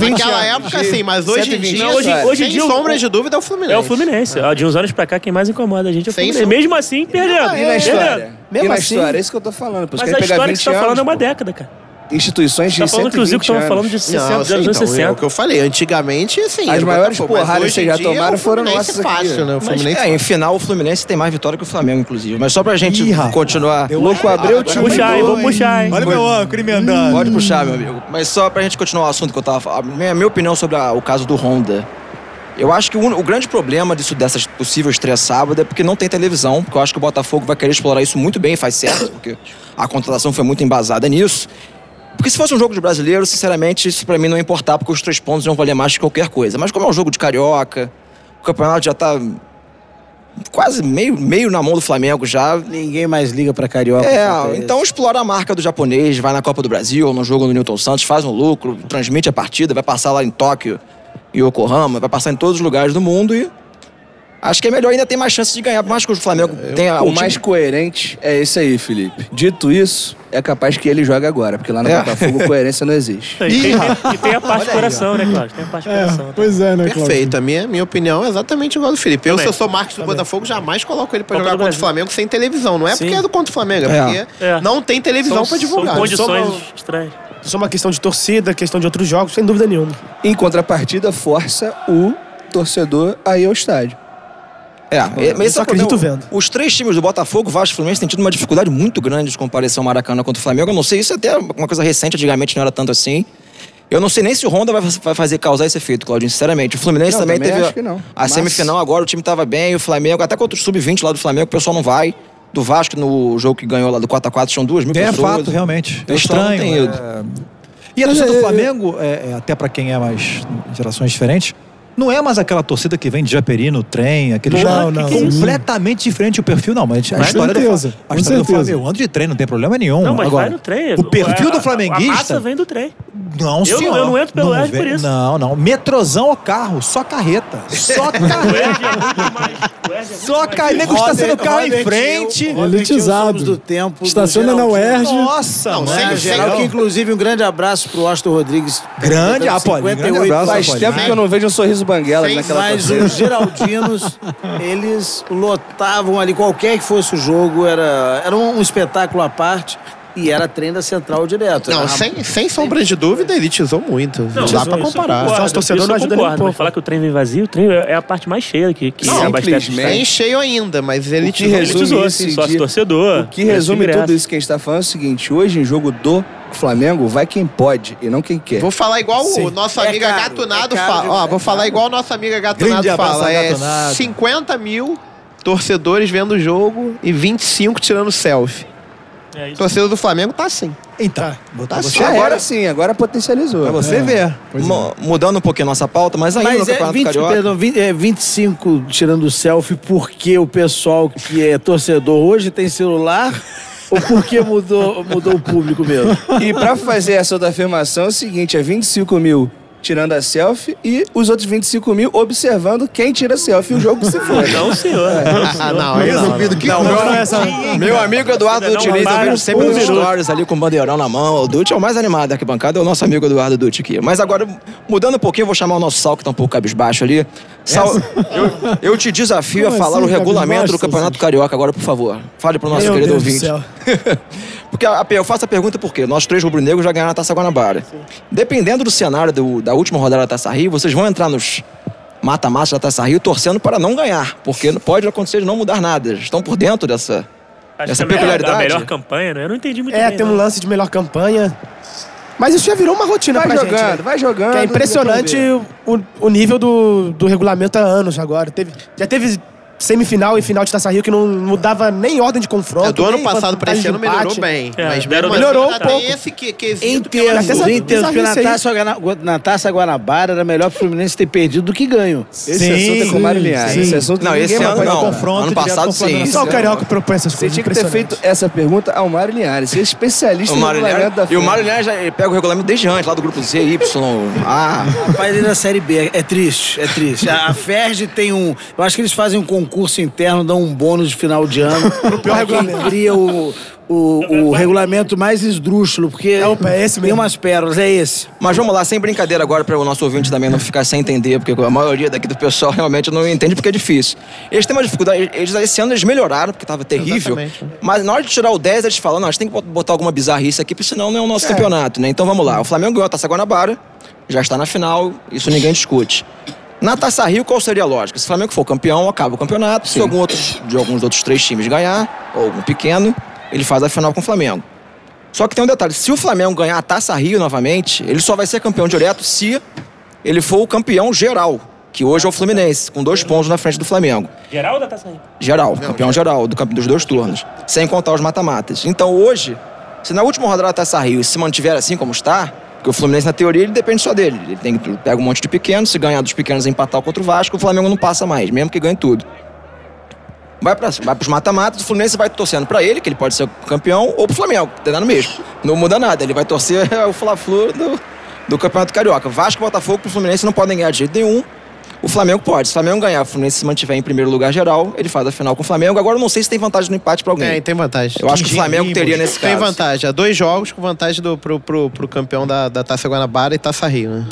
S9: Naquela época, sim, mas hoje em
S8: 120,
S9: dia,
S8: Não, hoje-
S5: hoje em
S9: sem
S5: dia, o-
S9: sombra de dúvida, é o Fluminense.
S5: É o Fluminense. Ah, De uns anos pra cá, quem mais incomoda a gente é o
S9: Sem
S5: Fluminense.
S9: som-
S5: Mesmo assim, perdendo.
S8: E na história?
S5: Perdendo.
S8: e
S7: Mesmo
S8: na
S7: assim-
S8: história? É isso que eu tô falando. Pô, Os
S5: Mas a
S8: caras pegaram
S5: história que
S8: 20
S5: você tá falando é uma
S8: anos,
S5: década, cara.
S8: pô. Instituições
S5: Você
S8: de
S5: tá falando que o Zico
S8: 120
S5: tava
S8: anos.
S5: falando de 60,
S9: Não,
S5: dos
S9: sei,
S5: anos
S9: então, é o
S5: 60.
S9: que eu falei. Antigamente, assim.
S8: As
S9: era o
S8: maiores
S9: Botafogo, mas
S8: porradas
S9: hoje
S8: que
S9: em
S8: já
S9: dia,
S8: tomaram
S9: o
S8: foram
S9: Fluminense
S8: nossas aqui.
S9: fácil, né? O Fluminense
S2: É, em final, o Fluminense tem mais vitória que o Flamengo, inclusive. Mas só pra gente
S3: Ih, rapaz.
S2: continuar.
S8: Louco abriu o
S5: Vamos
S8: time.
S5: puxar, hein? Vamos puxar, hein?
S3: Olha o meu âncora emendando.
S2: Pode puxar, meu amigo. Mas só pra gente continuar o assunto que eu tava falando. A minha, minha opinião sobre a- o caso do Honda. Eu acho que o, un- o grande problema disso, dessa possível estreia sábado, é porque não tem televisão, porque eu acho que o Botafogo vai querer explorar isso muito bem, faz certo, porque a contratação foi muito embasada nisso. Porque se fosse um jogo de brasileiro, sinceramente, isso pra mim não ia importar, porque os três pontos iam valer mais que qualquer coisa. Mas como é um jogo de carioca, o campeonato já tá quase meio, meio na mão do Flamengo já,
S11: Ninguém mais liga pra Carioca. só
S2: é,
S11: pra
S2: então explora a marca do japonês, vai na Copa do Brasil, no jogo do Newton Santos, faz um lucro, transmite a partida, vai passar lá em Tóquio, em Yokohama, vai passar em todos os lugares do mundo e acho que é melhor, ainda tem mais chance de ganhar, por mais que o Flamengo tenha
S8: O
S2: time-
S8: mais coerente é esse aí, Felipe. Dito isso, é capaz que ele joga agora, porque lá no
S2: É.
S8: Botafogo coerência não existe.
S5: E tem, e tem a parte do coração, né, Cláudio? Tem a parte do
S10: É,
S5: coração.
S10: pois é, né, Cláudio?
S9: Perfeito. A minha, minha opinião é exatamente igual a do Felipe. Eu,
S5: Também.
S9: se eu sou Marcos do Botafogo, jamais coloco ele pra
S5: Copa
S9: jogar
S5: do
S9: contra
S5: Brasil.
S9: o Flamengo sem televisão. Não é porque é do contra o Flamengo, é,
S2: É.
S9: porque
S5: É.
S9: não tem televisão um pra divulgar. né?
S5: São condições
S9: Só-
S5: estranhas.
S11: é
S7: Só uma questão de torcida, questão de outros jogos, sem dúvida nenhuma.
S8: Em contrapartida, força o torcedor a ir ao estádio.
S2: É, é, mas esse
S7: só
S2: é o problema.
S7: acredito vendo.
S2: Os três times do Botafogo, Vasco e Fluminense têm tido uma dificuldade muito grande de comparação ao Maracanã contra o Flamengo. Eu não sei, isso é até uma coisa recente, antigamente não era tanto assim. Eu não sei nem se o Honda vai, vai fazer causar esse efeito, Claudinho, sinceramente. O Fluminense
S8: Não,
S2: também,
S8: também
S2: teve
S8: acho que não.
S2: a
S8: Mas-
S2: semifinal agora, o time tava bem, o Flamengo, até contra o Sub-20 lá do Flamengo, o pessoal não vai. Do Vasco, no jogo que ganhou lá do 4x4, tinham duas mil
S3: É
S2: pessoas.
S3: fato, realmente. É
S8: um
S2: Eu só não
S3: estranho.
S2: tenho ido.
S3: é. E a torcida do Flamengo, é, é, até pra quem é mais de é gerações diferentes, Não é mais aquela torcida que vem de Japeri no trem, aquele
S10: Não,
S3: jogo
S10: não.
S3: completamente diferente o perfil, não. Mas a
S10: Com
S3: história
S10: certeza,
S3: do, Fla- a
S10: com
S3: história do
S10: certeza.
S3: Flamengo anda de trem, não tem problema nenhum.
S5: Não, mas
S3: Hum, Agora,
S5: vai no trem.
S3: O perfil
S5: A- a- A
S3: do
S5: massa
S3: flamenguista.
S5: vem do trem.
S3: Não,
S5: eu,
S3: senhor.
S5: Não, eu não entro pelo Ed
S3: vem-
S5: por isso.
S3: Não, não. Metrozão ou carro, só carreta. Só
S5: é
S3: carreta. É. Só carreta. Nego estaciona o carro em frente.
S10: é
S11: Elitizado. do tempo. do
S10: Estaciona na
S11: Geraldo.
S10: UERJ.
S3: Nossa,
S11: Não,
S3: mano.
S5: É
S11: né? Geral, que inclusive um grande abraço pro Austin Rodrigues.
S3: Grande,
S11: completando
S3: Apolinho, grande
S11: 58.
S3: abraço,
S11: Faz
S8: Faz tempo que eu não vejo um sorriso banguela naquela
S11: Mas
S8: torcida.
S11: os Geraldinos, eles lotavam ali, qualquer que fosse o jogo, era, era um, um espetáculo à parte e era trem da central direto. né?
S9: Não,
S11: Era-
S9: sem, sem sombra de dúvida, elitizou muito. Não, dá pra
S5: Só
S9: comparar.
S7: Só
S5: os
S7: os torcedores
S5: torcedores
S7: não ajudam nem um pouco.
S5: Falar que o trem vem vazio, o trem é a parte mais cheia que, que é.
S9: Não,
S5: abastece os
S8: simplesmente.
S5: trens.
S9: Nem cheio ainda, mas
S8: O que
S9: elitizou.
S8: resume
S5: elitizou, sim,
S8: esse
S5: sócio
S8: dia-
S5: assim, torcedor,
S8: O que
S5: preço de
S8: resume
S5: ingresso.
S8: tudo isso que a gente tá falando é o seguinte: hoje, em jogo do Flamengo, vai quem pode e não quem quer.
S9: Vou falar igual o nosso
S11: É
S9: amiga
S11: caro,
S9: Gatunado
S11: é caro
S9: fala. Ó,
S11: demais.
S9: vou falar igual o nosso amiga Gatunado
S3: Grande abraço,
S9: fala. É
S3: Gatunado.
S9: 50 mil torcedores vendo o jogo e 25 tirando selfie.
S5: É isso.
S9: Torcedor do Flamengo tá assim.
S10: Ah,
S3: Então, botar
S8: Já era sim, agora potencializou.
S2: Pra você
S3: É,
S2: ver.
S10: pois
S2: Mo- Mudando um pouquinho a nossa pauta, mas ainda no
S11: Mas é,
S2: Campeonato
S11: 20,
S2: Carioca.
S11: perdão, 20, é 25 tirando selfie porque o pessoal que é torcedor hoje tem celular ou porque mudou, mudou o público mesmo?
S8: E pra fazer essa outra afirmação, é o seguinte: é 25 mil tirando a selfie e os outros 25 mil observando quem tira selfie e o jogo que se for.
S2: um
S5: Não, senhor. Não, senhor.
S9: Ah, não, aí não.
S7: Não, não é essa.
S8: Meu amigo Eduardo
S5: Não,
S10: tá
S8: Dutiliz,
S5: para.
S8: eu vejo
S2: tá Sempre
S5: Um
S2: nos
S5: minuto.
S2: stories ali com o bandeirão na mão. O Dutti é o mais animado da arquibancada, é o nosso amigo Eduardo Dutti aqui. Mas agora, mudando um pouquinho, eu vou chamar o nosso Sal, que tá um pouco cabisbaixo ali. Sal, eu, eu te desafio
S10: Como
S2: a falar
S10: assim,
S2: o regulamento
S10: cabisbaixo,
S2: do Campeonato Carioca agora, por favor. Fale pro nosso
S10: Meu
S2: querido
S10: Deus do
S2: ouvinte.
S10: céu.
S2: Porque a- eu faço a pergunta por quê? Nós três rubro-negros já ganharam a Taça Guanabara. Dependendo do cenário do- da última rodada da Taça Rio, vocês vão entrar nos mata-mata da Taça Rio tá torcendo para não ganhar, porque não- pode acontecer de não mudar nada. Estão por dentro dessa...
S5: Acho
S2: Essa
S5: que é a melhor-
S2: peculiaridade?
S5: A melhor campanha, né? Eu não entendi muito
S7: É,
S5: bem.
S7: tem um
S5: não.
S7: lance de melhor campanha. Mas isso já virou uma rotina
S8: Vai
S7: pra
S8: jogando,
S7: gente. né?
S8: vai jogando.
S7: Que é impressionante o, o nível do, do regulamento há anos agora. Teve, já teve semifinal e final de Taça Rio que não mudava nem ordem de confronto.
S9: É, do ano
S7: nem
S9: passado pra esse
S7: vantagem
S9: ano
S7: de empate.
S9: melhorou bem.
S5: É,
S9: mas
S5: deram-
S9: mesmo assim,
S7: melhorou
S9: ainda
S7: um pouco.
S9: Tem esse que,
S11: Em
S9: quesito que é uma-
S11: termos,
S7: essa-
S11: em termos, porque na
S7: essa-
S11: taça, Guana- na taça Guanabara era melhor pro Fluminense ter perdido do que ganho.
S8: Esse assunto é com o Mário Linhares.
S7: sim.
S8: Esse assunto
S2: Não,
S8: ninguém
S2: esse
S8: vai
S2: ano
S8: pegar
S2: não.
S8: confronto.
S2: ano
S3: direto
S2: passado
S3: com o
S2: sim.
S3: Flamengo.
S2: Esse
S7: Só o
S2: ano-
S7: Carioca propõe essas
S8: Você
S7: coisas.
S8: tinha que ter
S7: impressionante.
S8: feito essa pergunta ao Mário Linhares. Ele é especialista
S2: O
S8: no
S2: Mário
S8: regulamento da
S2: Linhares, e o
S8: FIFA.
S2: Mário Linhares já eh, pega o regulamento desde antes, lá do grupo Z, Y, A.
S11: Rapaz, ele é da Série B. É triste, é triste. A, a FERJ tem um... Eu acho que eles fazem um concurso interno, dão um bônus de final de ano. Pro pior regulamento. cria o, o, o regulamento mais esdrúxulo, porque
S7: é esse
S11: tem
S7: mesmo.
S11: umas pérolas. É esse.
S2: Mas vamos lá, sem brincadeira agora para o nosso ouvinte também não ficar sem entender, porque a maioria daqui do pessoal realmente não entende porque é difícil. Eles têm uma dificuldade, eles esse ano eles melhoraram, porque estava terrível. Mas na hora de tirar o 10, eles falam, não, a gente tem que botar alguma bizarrice aqui, porque senão não é o nosso campeonato, né? Então vamos lá. O Flamengo ganhou a Taça Guanabara, já está na final, isso ninguém discute. Na Taça Rio, qual seria a lógica? Se o Flamengo for campeão, acaba o campeonato. Se algum outro, de alguns outros três times ganhar, ou algum pequeno, ele faz a final com o Flamengo. Só que tem um detalhe: se o Flamengo ganhar a Taça Rio novamente, ele só vai ser campeão direto se ele for o campeão geral, que hoje é o Fluminense, com dois pontos na frente do Flamengo.
S5: Geral da Taça Rio?
S2: Geral, campeão geral do, campe- dos dois turnos, sem contar os mata-matas. Então hoje, se na última rodada da Taça Rio se mantiver assim como está, porque o Fluminense na teoria ele depende só dele, ele tem que pega um monte de pequenos, se ganhar dos pequenos e empatar contra o Vasco, o Flamengo não passa mais, mesmo que ganhe tudo. Vai para vai os mata-matas, o Fluminense vai torcendo pra ele, que ele pode ser campeão, ou pro Flamengo, que dá no mesmo. Não muda nada, ele vai torcer o Fla-Flu do, do Campeonato Carioca. Vasco, Botafogo pro Fluminense não podem ganhar de jeito nenhum. O Flamengo pode. Se o Flamengo ganhar, o Fluminense se mantiver em primeiro lugar geral, ele faz a final com o Flamengo. Agora eu não sei se tem vantagem no empate pra alguém.
S9: Tem, tem vantagem.
S2: Eu acho que o Flamengo teria nesse caso.
S9: Tem vantagem. Há dois jogos com vantagem do, pro, pro, pro campeão da, da Taça Guanabara e Taça Rio, né?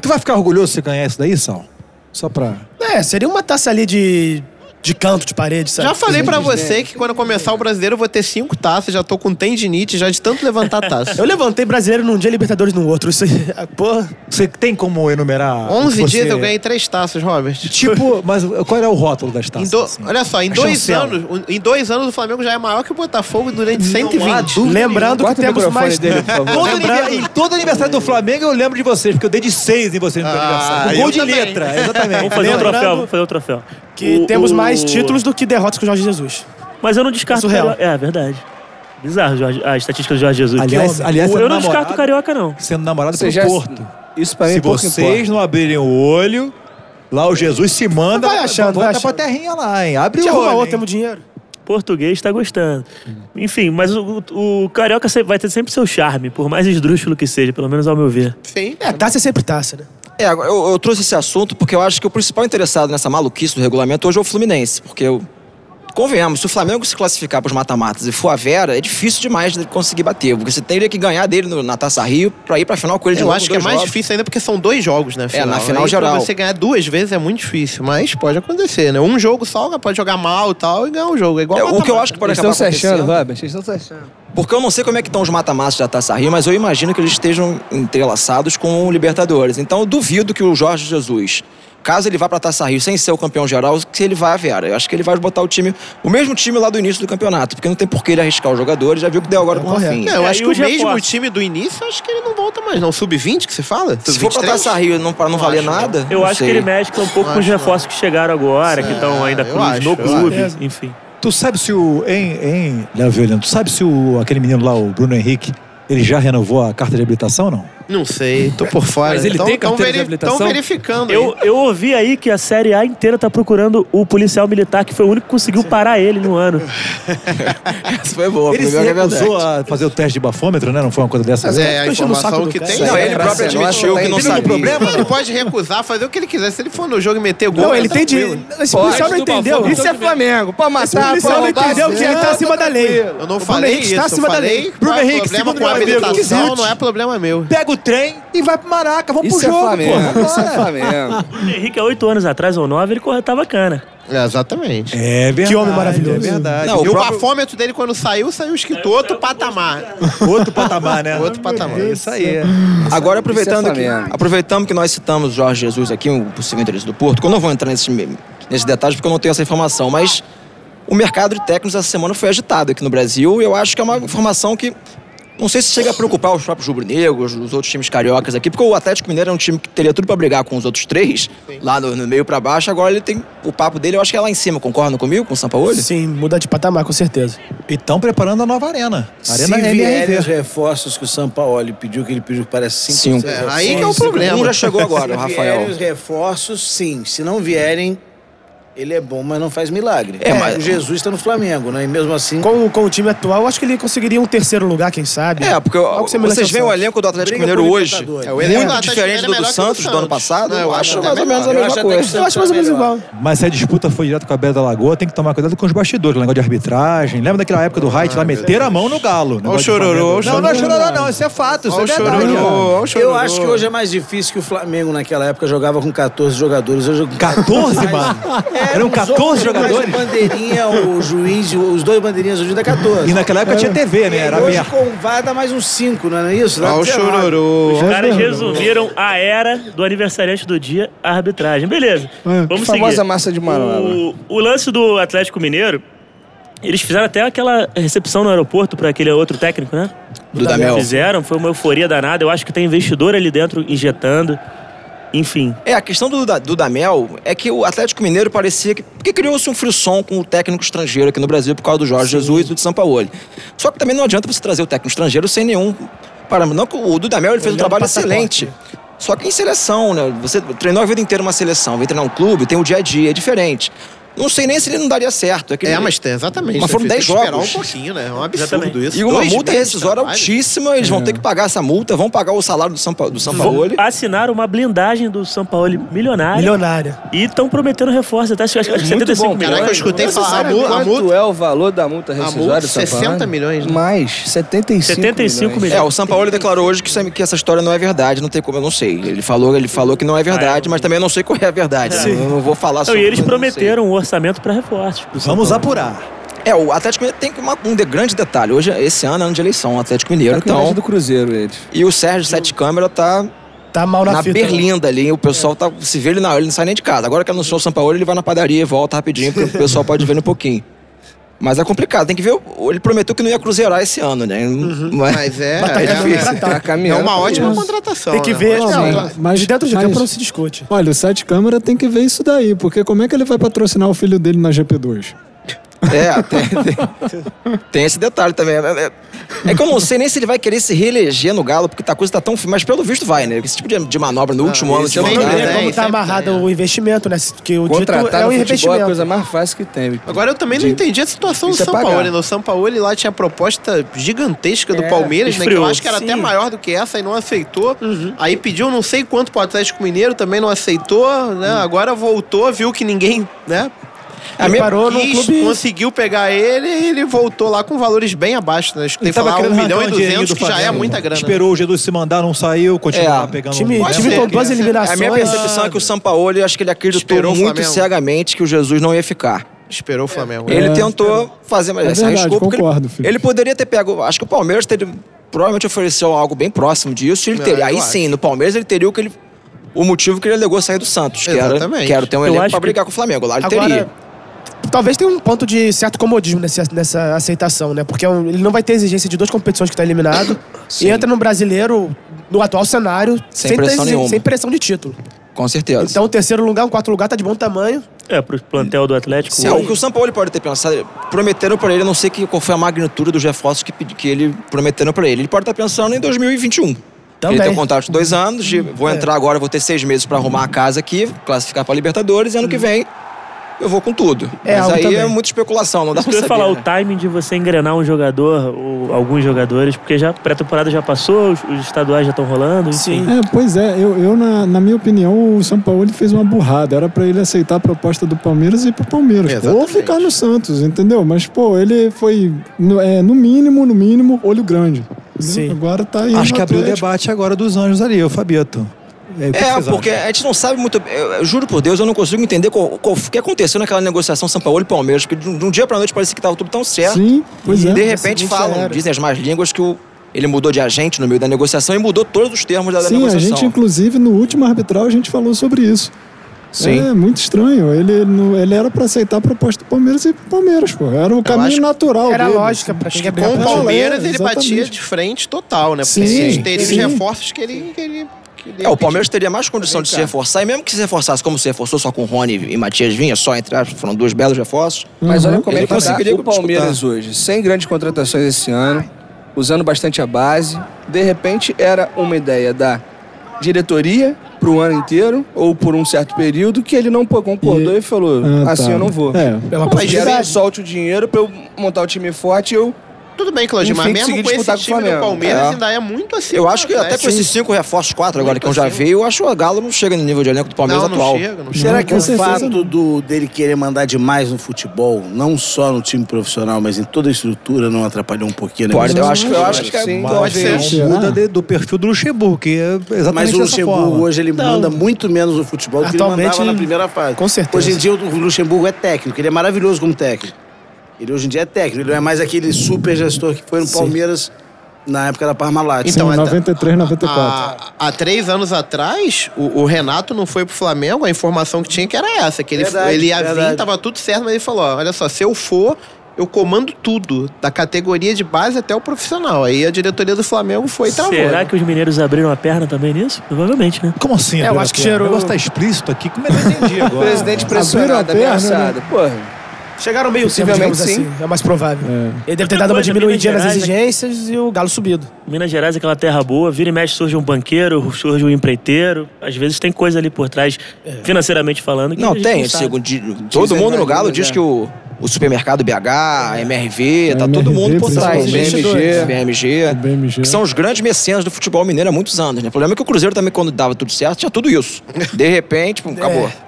S3: Tu vai ficar orgulhoso se ganhar isso daí, Sal? Só pra.
S7: É, seria uma taça ali de, de canto, de parede, sabe?
S9: Já falei pra
S2: né?
S9: você que quando começar o brasileiro eu vou ter cinco taças, já tô com tendinite, já de tanto levantar a taça.
S7: Eu levantei brasileiro num dia, Libertadores no outro. Isso aí, porra.
S3: Você tem como enumerar. o que
S9: 11 dias
S3: você-
S9: eu ganhei três taças, Robert.
S3: Tipo, mas qual era o rótulo das
S9: Em
S3: taças?
S9: do-
S3: assim?
S9: Olha só, em
S2: é
S3: A
S9: dois,
S3: chancela.
S9: anos, um- em dois anos o Flamengo já é maior que o Botafogo durante 120.
S7: Lembrando que
S8: Bota o
S7: temos
S8: microfone
S7: mais.
S8: dele, por favor.
S3: Todo, aniversário, em todo aniversário do Flamengo eu lembro de vocês, porque eu dei de seis em vocês no teu
S9: Ah,
S3: aniversário.
S9: eu
S3: Gol de
S9: também.
S3: letra, exatamente.
S5: Vamos fazer um
S3: Lembra?
S5: troféu, vamos fazer um troféu.
S7: Que
S5: O-
S7: temos
S5: o-
S7: mais títulos do que derrotas com o Jorge Jesus.
S5: Mas eu não descarto o
S7: Surreal.
S5: Carioca. É, verdade. Bizarro Jorge- a estatística do Jorge Jesus.
S3: Aliás-
S5: Que homem.
S3: aliás,
S5: eu
S3: sendo
S5: não descarto
S3: namorado-
S5: o Carioca, não.
S3: Sendo namorado
S8: Você
S3: pelo
S8: já-
S3: Porto.
S8: Isso pra mim
S3: Se
S8: pouco importa.
S3: vocês não abrirem o olho, Lá o Jesus se manda.
S7: Vai achando, vai
S3: volta pra
S7: achando.
S3: terrinha lá, hein? Abre
S7: Te
S3: o
S7: arruma
S3: olho.
S7: outro,
S3: hein?
S7: temos dinheiro.
S5: Português tá gostando. Enfim, mas o, o- o carioca sempre- vai ter sempre seu charme, por mais esdrúxulo que seja, pelo menos ao meu ver.
S9: Sim.
S7: É, taça é sempre taça, né?
S2: É, agora, eu, eu trouxe esse assunto porque eu acho que o principal interessado nessa maluquice do regulamento hoje é o Fluminense, porque eu. Convenhamos, se o Flamengo se classificar para os mata-matas e for a Vera, é difícil demais de conseguir bater, porque você teria que ganhar dele no- na Taça Rio para ir para a final com ele de
S9: Eu
S2: novo,
S9: acho que é
S2: dois
S9: mais
S2: jogos. É,
S9: difícil ainda porque são dois jogos, né?
S2: na final
S9: Aí,
S2: geral.
S9: Pra você ganhar duas vezes é muito difícil, mas pode acontecer, né? Um jogo só, pode jogar mal e tal, e ganhar um jogo. É igual
S2: É, o que eu
S9: mata-mata.
S2: acho que pode
S8: Eles
S2: acabar
S8: estão se achando,
S2: acontecendo-
S8: Robert. Eles estão se achando.
S2: Porque eu não sei como é que estão os mata-matas da Taça Rio, mas eu imagino que eles estejam entrelaçados com o Libertadores. Então eu duvido que o Jorge Jesus, caso ele vá para Taça Rio sem ser o campeão geral, se ele vai à Vera. Eu acho que ele vai botar o time, o mesmo time lá do início do campeonato, porque não tem por que ele arriscar os jogadores, já viu que deu agora com o
S7: Correto.
S2: Rafinha.
S9: Não, eu
S5: É,
S9: acho
S5: e
S9: que o
S5: os
S9: mesmo
S5: reforços?
S9: time do início, acho que ele não volta mais, não. Sub-20 que você fala?
S2: Se for pra
S9: Sub-23?
S2: Taça Rio não, pra não, valer
S9: acho, não.
S2: nada,
S5: Eu
S2: não
S5: acho
S2: sei.
S5: que ele mescla um pouco
S9: Não
S5: com os
S9: acho, não.
S5: reforços que chegaram agora, que estão ainda
S9: eu
S5: cruz,
S9: acho,
S5: no
S9: eu
S5: clube,
S7: acho.
S5: enfim.
S3: Tu sabe se o. Hein, hein, Léo Violino, tu sabe se o, aquele menino lá, o Bruno Henrique, ele já renovou a carta de habilitação ou não?
S9: Não sei, tô por fora.
S6: Mas ele tem carteira de habilitação?
S9: Estão verificando
S5: Eu,
S9: aí.
S5: eu ouvi aí que a Série A inteira tá procurando o policial militar, que foi o único que conseguiu parar ele no ano.
S2: Isso foi boa,
S3: ele se
S2: primeiro que é verdade.
S3: recusou a fazer o teste de bafômetro, né? Não foi uma coisa dessa?
S9: Mas é a
S7: tô enchendo o saco
S9: informação
S7: do
S9: que
S7: cara.
S9: tem.
S2: Não,
S9: né?
S2: ele
S9: Pra
S2: próprio um
S9: ser
S2: admitiu
S9: nossa,
S2: que não
S9: tá
S2: sabia.
S9: entendendo? Ele pode recusar, fazer o que ele quiser. Se ele for no jogo e meter gol,
S7: Não,
S9: tá
S7: ele tem de.
S9: tranquilo. Tá,
S7: Esse policial não
S6: Pode,
S7: entendeu.
S6: Dubal,
S7: Esse
S3: tá
S6: Isso é
S8: Flamengo. Pode matar,
S7: policial não entendeu que ele tá acima da lei.
S9: Eu não falei
S3: tá
S7: Henrique
S9: isso.
S7: está
S9: eu
S7: acima da
S9: falei
S7: lei.
S9: que
S3: Bruno
S9: o
S3: Henrique,
S9: problema
S3: segundo
S9: com a
S3: meu amigo,
S9: habilitação
S3: Kiziltch.
S9: não é problema meu.
S3: Pega o trem e vai pro Maraca, vamos
S8: Isso
S3: pro
S8: é
S3: jogo,
S8: Flamengo.
S3: pô.
S8: Isso é Flamengo.
S5: O Henrique, há oito anos atrás ou nove, ele corretava cana.
S9: É, exatamente.
S3: É verdade.
S7: Que homem maravilhoso.
S3: É verdade.
S2: Não,
S9: e
S2: o
S9: o
S2: próprio-
S9: bafômetro dele, quando saiu, saiu escrito outro patamar.
S3: Outro patamar, né?
S9: Outro patamar.
S3: Isso aí.
S11: é
S2: Agora, aproveitando que,
S8: Flamengo.
S2: aproveitando que nós citamos o Jorge Jesus aqui, o possível interesse do Porto, que eu não vou entrar nesses, nesses detalhes porque eu não tenho essa informação, mas o mercado de técnicos essa semana foi agitado aqui no Brasil e eu acho que é uma informação que não sei se chega a preocupar os próprios rubro-negros, os outros times cariocas aqui, porque o Atlético Mineiro é um time que teria tudo pra brigar com os outros três, lá no, no meio pra baixo, agora ele tem o papo dele, eu acho que é lá em cima, concordam comigo, com o Sampaoli?
S7: Sim, muda de patamar, com certeza.
S3: E estão preparando a nova arena. Arena
S11: Se vierem os
S3: MRV.
S11: reforços que o Sampaoli pediu, que ele pediu que parece cinco.
S2: Cinco.
S11: seis
S9: É, aí
S11: reforços.
S9: que é o problema.
S2: Um já chegou agora, o
S11: Se vierem
S2: Rafael.
S11: os reforços, sim. Se não vierem, ele é bom, mas não faz milagre.
S2: É, mas-
S11: O Jesus está no Flamengo, né? E mesmo assim...
S7: Com, com o time atual, acho que ele conseguiria um terceiro lugar, quem sabe.
S2: É, porque
S7: Algo semelhante
S2: vocês
S7: ao
S2: veem o
S7: Santos.
S2: elenco do Atlético
S11: Briga por
S2: Mineiro hoje,
S11: Libertadores.
S9: É, o elenco do
S2: muito
S9: Atlético
S2: diferente
S9: Mineiro é
S2: do
S9: melhor
S2: do
S9: que o do
S2: Santos do ano
S9: Santos.
S2: passado,
S9: Não,
S2: eu acho mais ou
S9: melhor.
S2: menos a
S9: Eu
S2: mesma
S11: acho até que o
S2: coisa.
S7: Eu acho mais ou menos igual.
S3: Mas se a disputa foi direto com a Beira da Lagoa, tem que tomar cuidado com os bastidores, negócio de arbitragem. Lembra daquela época do Height lá, meteram a mão no galo. negócio de
S9: chororô,
S3: Flamengo.
S9: Ah, olha o
S3: Não, não é
S9: chororô.
S3: chororô não, isso é fato, isso
S9: Olha
S3: é
S9: o
S3: verdade. cara.
S9: chororô, olha o
S11: Eu
S9: chororô.
S11: acho que hoje é mais difícil que o Flamengo naquela época jogava com 14 jogadores. Hoje,
S3: 14, mano? Eram
S9: É,
S11: um
S3: 14
S11: jogo, mas
S3: jogadores?
S11: O bandeirinha, o juiz, e os dois bandeirinhas, o juiz dá 14.
S3: E naquela época tinha TV, né?
S11: E
S3: Era
S11: hoje
S3: aberto.
S11: com o VAR dá mais uns 5, não é isso? Dá
S9: Olha Ah, o
S11: 19.
S9: chororô.
S5: Os caras resumiram a era do aniversariante do dia, a arbitragem. Beleza.
S10: É,
S5: Vamos seguir.
S8: famosa massa de marola.
S5: O, o lance do Atlético Mineiro, eles fizeram até aquela recepção no aeroporto para aquele outro técnico, né?
S2: do Damel.
S5: Fizeram, foi uma euforia danada. Eu acho que tem investidor ali dentro injetando. Enfim.
S2: É, a questão do, Da- do Damel é que o Atlético Mineiro parecia que. Porque criou-se um frisson com o técnico estrangeiro aqui no Brasil por causa do Jorge Jesus e do Sampaoli. Só que também não adianta você trazer o técnico estrangeiro sem nenhum parâmetro. Não, que o Dudamel ele fez um
S7: Olhando
S2: trabalho
S7: o passaporte,
S2: excelente. Só que em seleção, né? Você treinou a vida inteira uma seleção, vem treinar um clube, tem o dia a dia, é diferente. Não sei nem se ele não daria certo. que
S9: É,
S2: ele-
S9: mas tem, exatamente.
S2: Mas
S9: né,
S2: foram
S9: filho? Tem
S2: 10
S9: que esperar
S2: jogos.
S9: um pouquinho, né? É um absurdo
S5: Exatamente.
S9: isso.
S2: E uma
S9: Dois
S2: multa
S9: meses de
S2: rescisória
S9: trabalho.
S2: altíssima,
S5: É.
S2: eles vão ter que pagar essa multa, vão pagar o salário do Sampa, do Sampaoli.
S5: Assinaram uma blindagem do São Paulo milionária.
S7: Milionária.
S5: E estão prometendo reforço. Até acho, acho que 75
S2: bom, cara.
S5: milhões. né?
S9: Caraca, eu escutei falar. A, mu- a
S8: Quanto
S9: multa.
S8: é o valor da multa rescisória?
S9: multa,
S8: do São Paulo?
S9: 60 milhões, né?
S8: Mais,
S7: né?
S8: 75
S5: 75 milhões.
S2: É, o Sampaoli declarou hoje que, isso é- que essa história não é verdade, não tem como, eu não sei. Ele falou, ele falou que não é verdade, mas também eu não sei qual é a verdade. né? Eu não vou
S5: Ah,
S2: falar
S5: Não,
S2: sobre
S5: e eles
S2: eu não
S5: prometeram um orçamento para reforço. pro São
S3: Vamos
S5: Paulo.
S3: apurar.
S2: sei. É, o Atlético Mineiro tem uma- um de- grande detalhe. Hoje, esse ano é ano de eleição, o Atlético Mineiro,
S5: É
S8: Tá com inveja
S2: então.
S8: do Cruzeiro, ele.
S2: E o Sérgio Sete Câmara tá
S7: Tá mal na,
S2: na
S7: fita.
S2: berlinda ali, o pessoal tá, se vê ele na ele não sai nem de casa. Agora que anunciou o Sampaoli, ele vai na padaria e volta rapidinho, porque o pessoal pode ver um pouquinho. Mas é complicado, tem que ver. o- Ele prometeu que não ia cruzeirar esse ano, né? Mas,
S9: Mas é.
S7: Mas tá
S9: é,
S7: difícil.
S9: é-
S8: Tá
S9: É
S8: caminhando.
S9: uma ótima
S10: Mas-
S9: contratação.
S7: Tem que
S9: né?
S7: ver.
S10: Não,
S7: não,
S10: É, mas-
S7: mas de dentro de
S10: mas-
S7: campo não se discute.
S10: Olha, o Sete Câmara tem que ver isso daí, porque como é que ele vai patrocinar o filho dele na GP2?
S2: É, tem, tem- tem esse detalhe também. É, é- é que eu não sei nem se ele vai querer se reeleger no Galo, porque a coisa tá tão... fi- Mas pelo visto vai, né? Esse tipo de, de manobra no
S9: Ah,
S2: último ano... né? de
S9: é
S7: Tem que
S2: mandato.
S7: ver como tá amarrado o investimento, né? Que o dito
S8: Contratar
S7: é
S8: no futebol
S7: um
S8: é a
S7: investimento.
S8: coisa mais fácil que tem.
S9: Agora eu também não entendi a situação
S8: Isso é
S9: do São Paulo.
S8: pagar.
S9: né? O São Paulo lá tinha a proposta gigantesca do
S8: É,
S9: Palmeiras, né? Que eu
S8: esfriou.
S9: acho que era até
S8: Sim.
S9: maior do que essa e não aceitou. Aí pediu não sei quanto pro Atlético Mineiro, também não aceitou, né? Agora voltou, viu que ninguém, né?
S2: A minha-
S9: Parou no
S2: Quis,
S9: clube. Conseguiu pegar ele e ele voltou lá com valores bem abaixo, né? Acho que
S3: Ele
S9: tem que
S3: tava
S9: falar
S3: querendo
S9: 1 milhão
S3: arrancar
S9: e
S3: um dinheirinho
S9: 200,
S3: do
S9: que já é
S3: Flamengo.
S9: muita grana.
S3: Esperou o Jesus se mandar, não saiu, continuou
S2: É.
S3: pegando...
S2: Time-
S3: né?
S2: time com duas
S9: eliminações.
S2: A minha percepção é que o Sampaoli, eu acho que ele
S9: Esperou
S2: acreditou
S9: o
S2: muito
S9: Flamengo.
S2: cegamente que o Jesus não ia ficar.
S9: Esperou o Flamengo. né?
S2: Ele tentou fazer, mas
S10: É
S2: ele se
S10: verdade,
S2: arriscou porque ele-
S10: concordo,
S2: ele, poderia ter pego. Acho que o Palmeiras teria, provavelmente ofereceu algo bem próximo disso. e Ele
S9: É,
S2: teria,
S9: eu
S2: aí
S9: acho.
S2: sim, no Palmeiras ele teria o que ele. O motivo que ele alegou sair do Santos, que era
S9: Exatamente.
S2: quero ter um
S9: Eu
S2: elenco
S9: acho
S2: pra
S9: que-
S2: brigar com o Flamengo. Lá ele
S7: Agora,
S2: teria.
S7: Talvez tenha um ponto de certo comodismo nesse- nessa aceitação, né? Porque é um- ele não vai ter exigência de duas competições que tá eliminado. e entra no brasileiro, no atual cenário,
S2: Sem pressão
S7: ter-
S2: nenhuma.
S7: sem pressão de título.
S2: Com certeza.
S7: Então, o terceiro lugar, o quarto lugar, tá de bom tamanho.
S5: É, pro plantel do Atlético.
S2: Se é algo que o Sampaoli pode ter pensado. Prometeram pra ele, eu não sei que, qual foi a magnitude dos reforços que, pedi- que ele prometeram pra ele. Ele pode estar pensando em 2021.
S7: Também. É.
S2: Ele tem um contrato de dois anos, de, vou entrar agora, vou ter seis meses pra arrumar a casa aqui, classificar pra Libertadores, e ano que vem eu vou com tudo.
S7: Uhum. É,
S2: Mas
S7: algo
S2: aí é
S7: também.
S2: muita especulação, não dá
S5: Isso
S2: pra
S5: que eu
S2: saber.
S5: ia falar, o
S2: né?
S5: timing de você engrenar um jogador, ou alguns jogadores, porque já a pré-temporada já passou, os, os estaduais já estão rolando, enfim.
S10: É, pois é, eu, eu, na, na minha opinião, o São Paulo fez uma burrada. Era pra ele aceitar a proposta do Palmeiras e ir pro Palmeiras. pô, ou ficar no Santos, entendeu? Mas, pô, ele foi, no, é, no mínimo, no mínimo, olho grande. Sim. Agora tá aí.
S3: Acho
S10: no
S3: que abriu o
S10: Atlético.
S3: debate agora dos anjos ali, o Fabieto. É, o que
S2: É,
S3: vocês
S2: porque
S3: acham?
S2: a gente não sabe muito. Eu, eu juro por Deus, eu não consigo entender qual- qual- o que aconteceu naquela negociação São Paulo e Palmeiras, que de um de um dia pra noite parecia que tava tudo tão certo.
S10: Sim, pois
S2: e
S10: é.
S2: de repente falam, dizem as más línguas que o- ele mudou de agente no meio da negociação e mudou todos os termos da, da
S10: Sim, a
S2: negociação.
S10: gente, inclusive, no último arbitral, a gente falou sobre isso.
S2: Sim.
S10: É muito estranho. Ele, não- ele era pra aceitar a proposta do Palmeiras e ir pro Palmeiras, pô. Era o caminho
S9: acho que
S10: natural.
S7: Era
S10: dele.
S7: lógica pra chegar
S9: Com
S10: É,
S9: o Palmeiras, ele
S10: exatamente.
S9: batia de frente total, né? Porque
S10: Sim,
S9: eles teriam os
S10: sim.
S9: reforços que ele... Que ele que ele
S2: É, o Palmeiras teria mais condição de se
S9: cá.
S2: reforçar, e mesmo que se reforçasse como se reforçou, só com Rony e Matias Vinha, só entre aspas, foram dois belos reforços.
S8: Mas
S10: Uhum.
S8: olha como
S2: Ele
S8: ele tá
S2: conseguiria
S8: o Palmeiras
S2: disputar.
S8: hoje, sem grandes contratações esse ano, usando bastante a base. De repente era uma ideia da diretoria para o ano inteiro ou por um certo período que ele não pô- concordou e, falou
S10: Ah, tá.
S8: assim eu não vou.
S10: É.
S7: Pela
S8: Mas
S7: possibilidade.
S8: querem que solte o dinheiro para eu montar o time forte e eu
S9: Tudo bem, Claudio, mas
S8: Enfim,
S9: mesmo
S8: conseguir
S9: com esse
S8: disputar com o
S9: time do
S8: Flamengo.
S9: Palmeiras
S2: É.
S9: ainda é muito assim.
S2: Eu acho que
S9: né?
S2: até com
S9: Sim.
S2: esses cinco reforços, quatro agora que eu
S9: Muito
S2: já
S9: assim.
S2: vi, eu acho que o Galo não chega no nível de elenco do Palmeiras
S9: não,
S2: atual.
S9: Não chega, não chega.
S11: Será que
S10: com
S11: o
S10: certeza
S11: fato
S10: não.
S11: do, dele querer mandar demais no futebol, não só no time profissional, mas em toda a estrutura, não atrapalhou um pouquinho? a
S2: Pode, eu
S11: negociação?
S2: acho que eu acho que é-
S8: Sim.
S3: Mas
S2: pode ser.
S3: não muda de- do perfil do Luxemburgo, que é exatamente
S11: Mas o
S3: dessa
S11: Luxemburgo
S3: forma.
S11: hoje ele manda muito menos no futebol do que ele
S7: Atualmente,
S11: mandava na primeira fase.
S7: com certeza.
S11: Hoje em dia o Luxemburgo é técnico, ele é maravilhoso como técnico. Ele hoje em dia é técnico, ele não é mais aquele super gestor que foi no Palmeiras na época da Parmalat.
S10: Sim,
S9: Então, até-
S10: 93, 94.
S9: Há, Ah, há três anos atrás, o, o Renato não foi pro Flamengo, a informação que tinha que era essa, que ele,
S11: Verdade,
S9: ele ia vir,
S11: verdade.
S9: tava tudo certo, mas ele falou, ó, olha só, se eu for, eu comando tudo, da categoria de base até o profissional. Aí a diretoria do Flamengo foi e travou.
S5: Será
S9: né?
S5: que os mineiros abriram a perna também nisso? Provavelmente, né?
S3: Como assim?
S7: É, eu
S3: Adriano
S7: acho que
S3: Atero?
S7: cheirou-
S3: O negócio tá explícito aqui, como eu não entendi agora.
S8: o presidente pressionado,
S10: perna, né?
S8: ameaçado. Porra,
S7: Chegaram meio tempo,
S8: Possivelmente
S7: digamos assim. É o mais provável. Ele deve ter
S5: Outra
S7: dado uma
S5: coisa,
S7: diminuída
S5: Minas
S7: nas
S5: Gerais,
S7: exigências e o Galo subido.
S5: Minas Gerais é aquela terra boa, vira e mexe, surge um banqueiro, surge um empreiteiro. Às vezes tem coisa ali por trás,
S7: É.
S5: financeiramente falando. que a
S2: Não,
S5: gente
S2: tem.
S5: sabe.
S2: segundo di- todo
S8: Dizem
S2: mundo
S8: mais
S2: no Galo
S8: línguas,
S2: diz
S8: é.
S2: que o, o supermercado BH,
S10: É.
S2: a MRV, tá
S10: A
S2: todo
S10: MRV,
S2: mundo por trás.
S10: principalmente.
S2: BMG,
S8: Investidores.
S2: BMG,
S10: O BMG.
S2: que são os grandes mecenas do futebol mineiro há muitos anos, né? O problema é que o Cruzeiro também, quando dava tudo certo, tinha tudo isso. De repente, pum, acabou.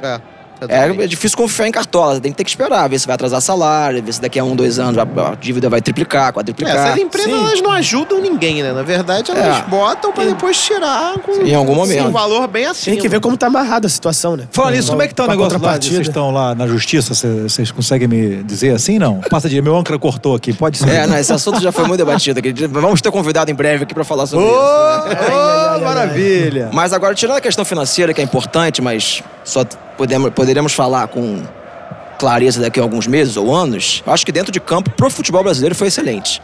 S9: É,
S2: É,
S9: exatamente.
S2: é difícil confiar em cartola, tem que ter que esperar, ver se vai atrasar salário, ver se daqui a um, dois anos a, a dívida vai triplicar,
S9: É, essas
S2: quadriplicar.
S9: empresas elas não ajudam ninguém, né? Na verdade, elas
S2: É.
S9: botam pra depois tirar com,
S2: Em algum
S9: com
S2: momento.
S9: um valor bem acima.
S7: Tem que ver como tá amarrado a situação, né?
S3: Fala nisso, como é que tá o
S7: Pra
S3: negócio lá?
S7: contrapartida.
S3: Vocês estão lá na justiça, cê- vocês conseguem me dizer assim? Não? Passa de... Meu âncora cortou aqui, pode ser.
S2: É, não, esse assunto já foi muito debatido aqui. Vamos ter convidado em breve aqui pra falar sobre isso. né?
S9: É,
S3: Oh, maravilha!
S2: Mas agora, tirando a questão financeira, que é importante, mas só podemos, poderemos falar com clareza daqui a alguns meses ou anos, eu acho que dentro de campo, pro futebol brasileiro, foi excelente.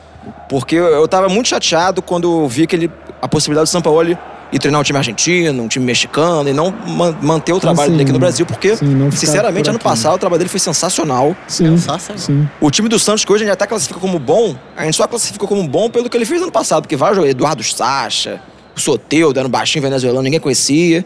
S2: Porque eu, eu tava muito chateado quando eu vi que ele, a possibilidade do São Paulo e treinar um time argentino, um time mexicano, e não man- manter o trabalho
S10: sim,
S2: dele aqui no Brasil, porque,
S10: sim, não ficar
S2: sinceramente,
S10: por
S2: ano
S10: aqui, né?
S2: passado o trabalho dele foi sensacional.
S10: Sim, sim.
S2: O time do Santos, que hoje a gente até classifica como bom, a gente só classificou como bom pelo que ele fez ano passado, porque vários jogadores, Eduardo Sacha, o Soteu, dando baixinho venezuelano, ninguém conhecia.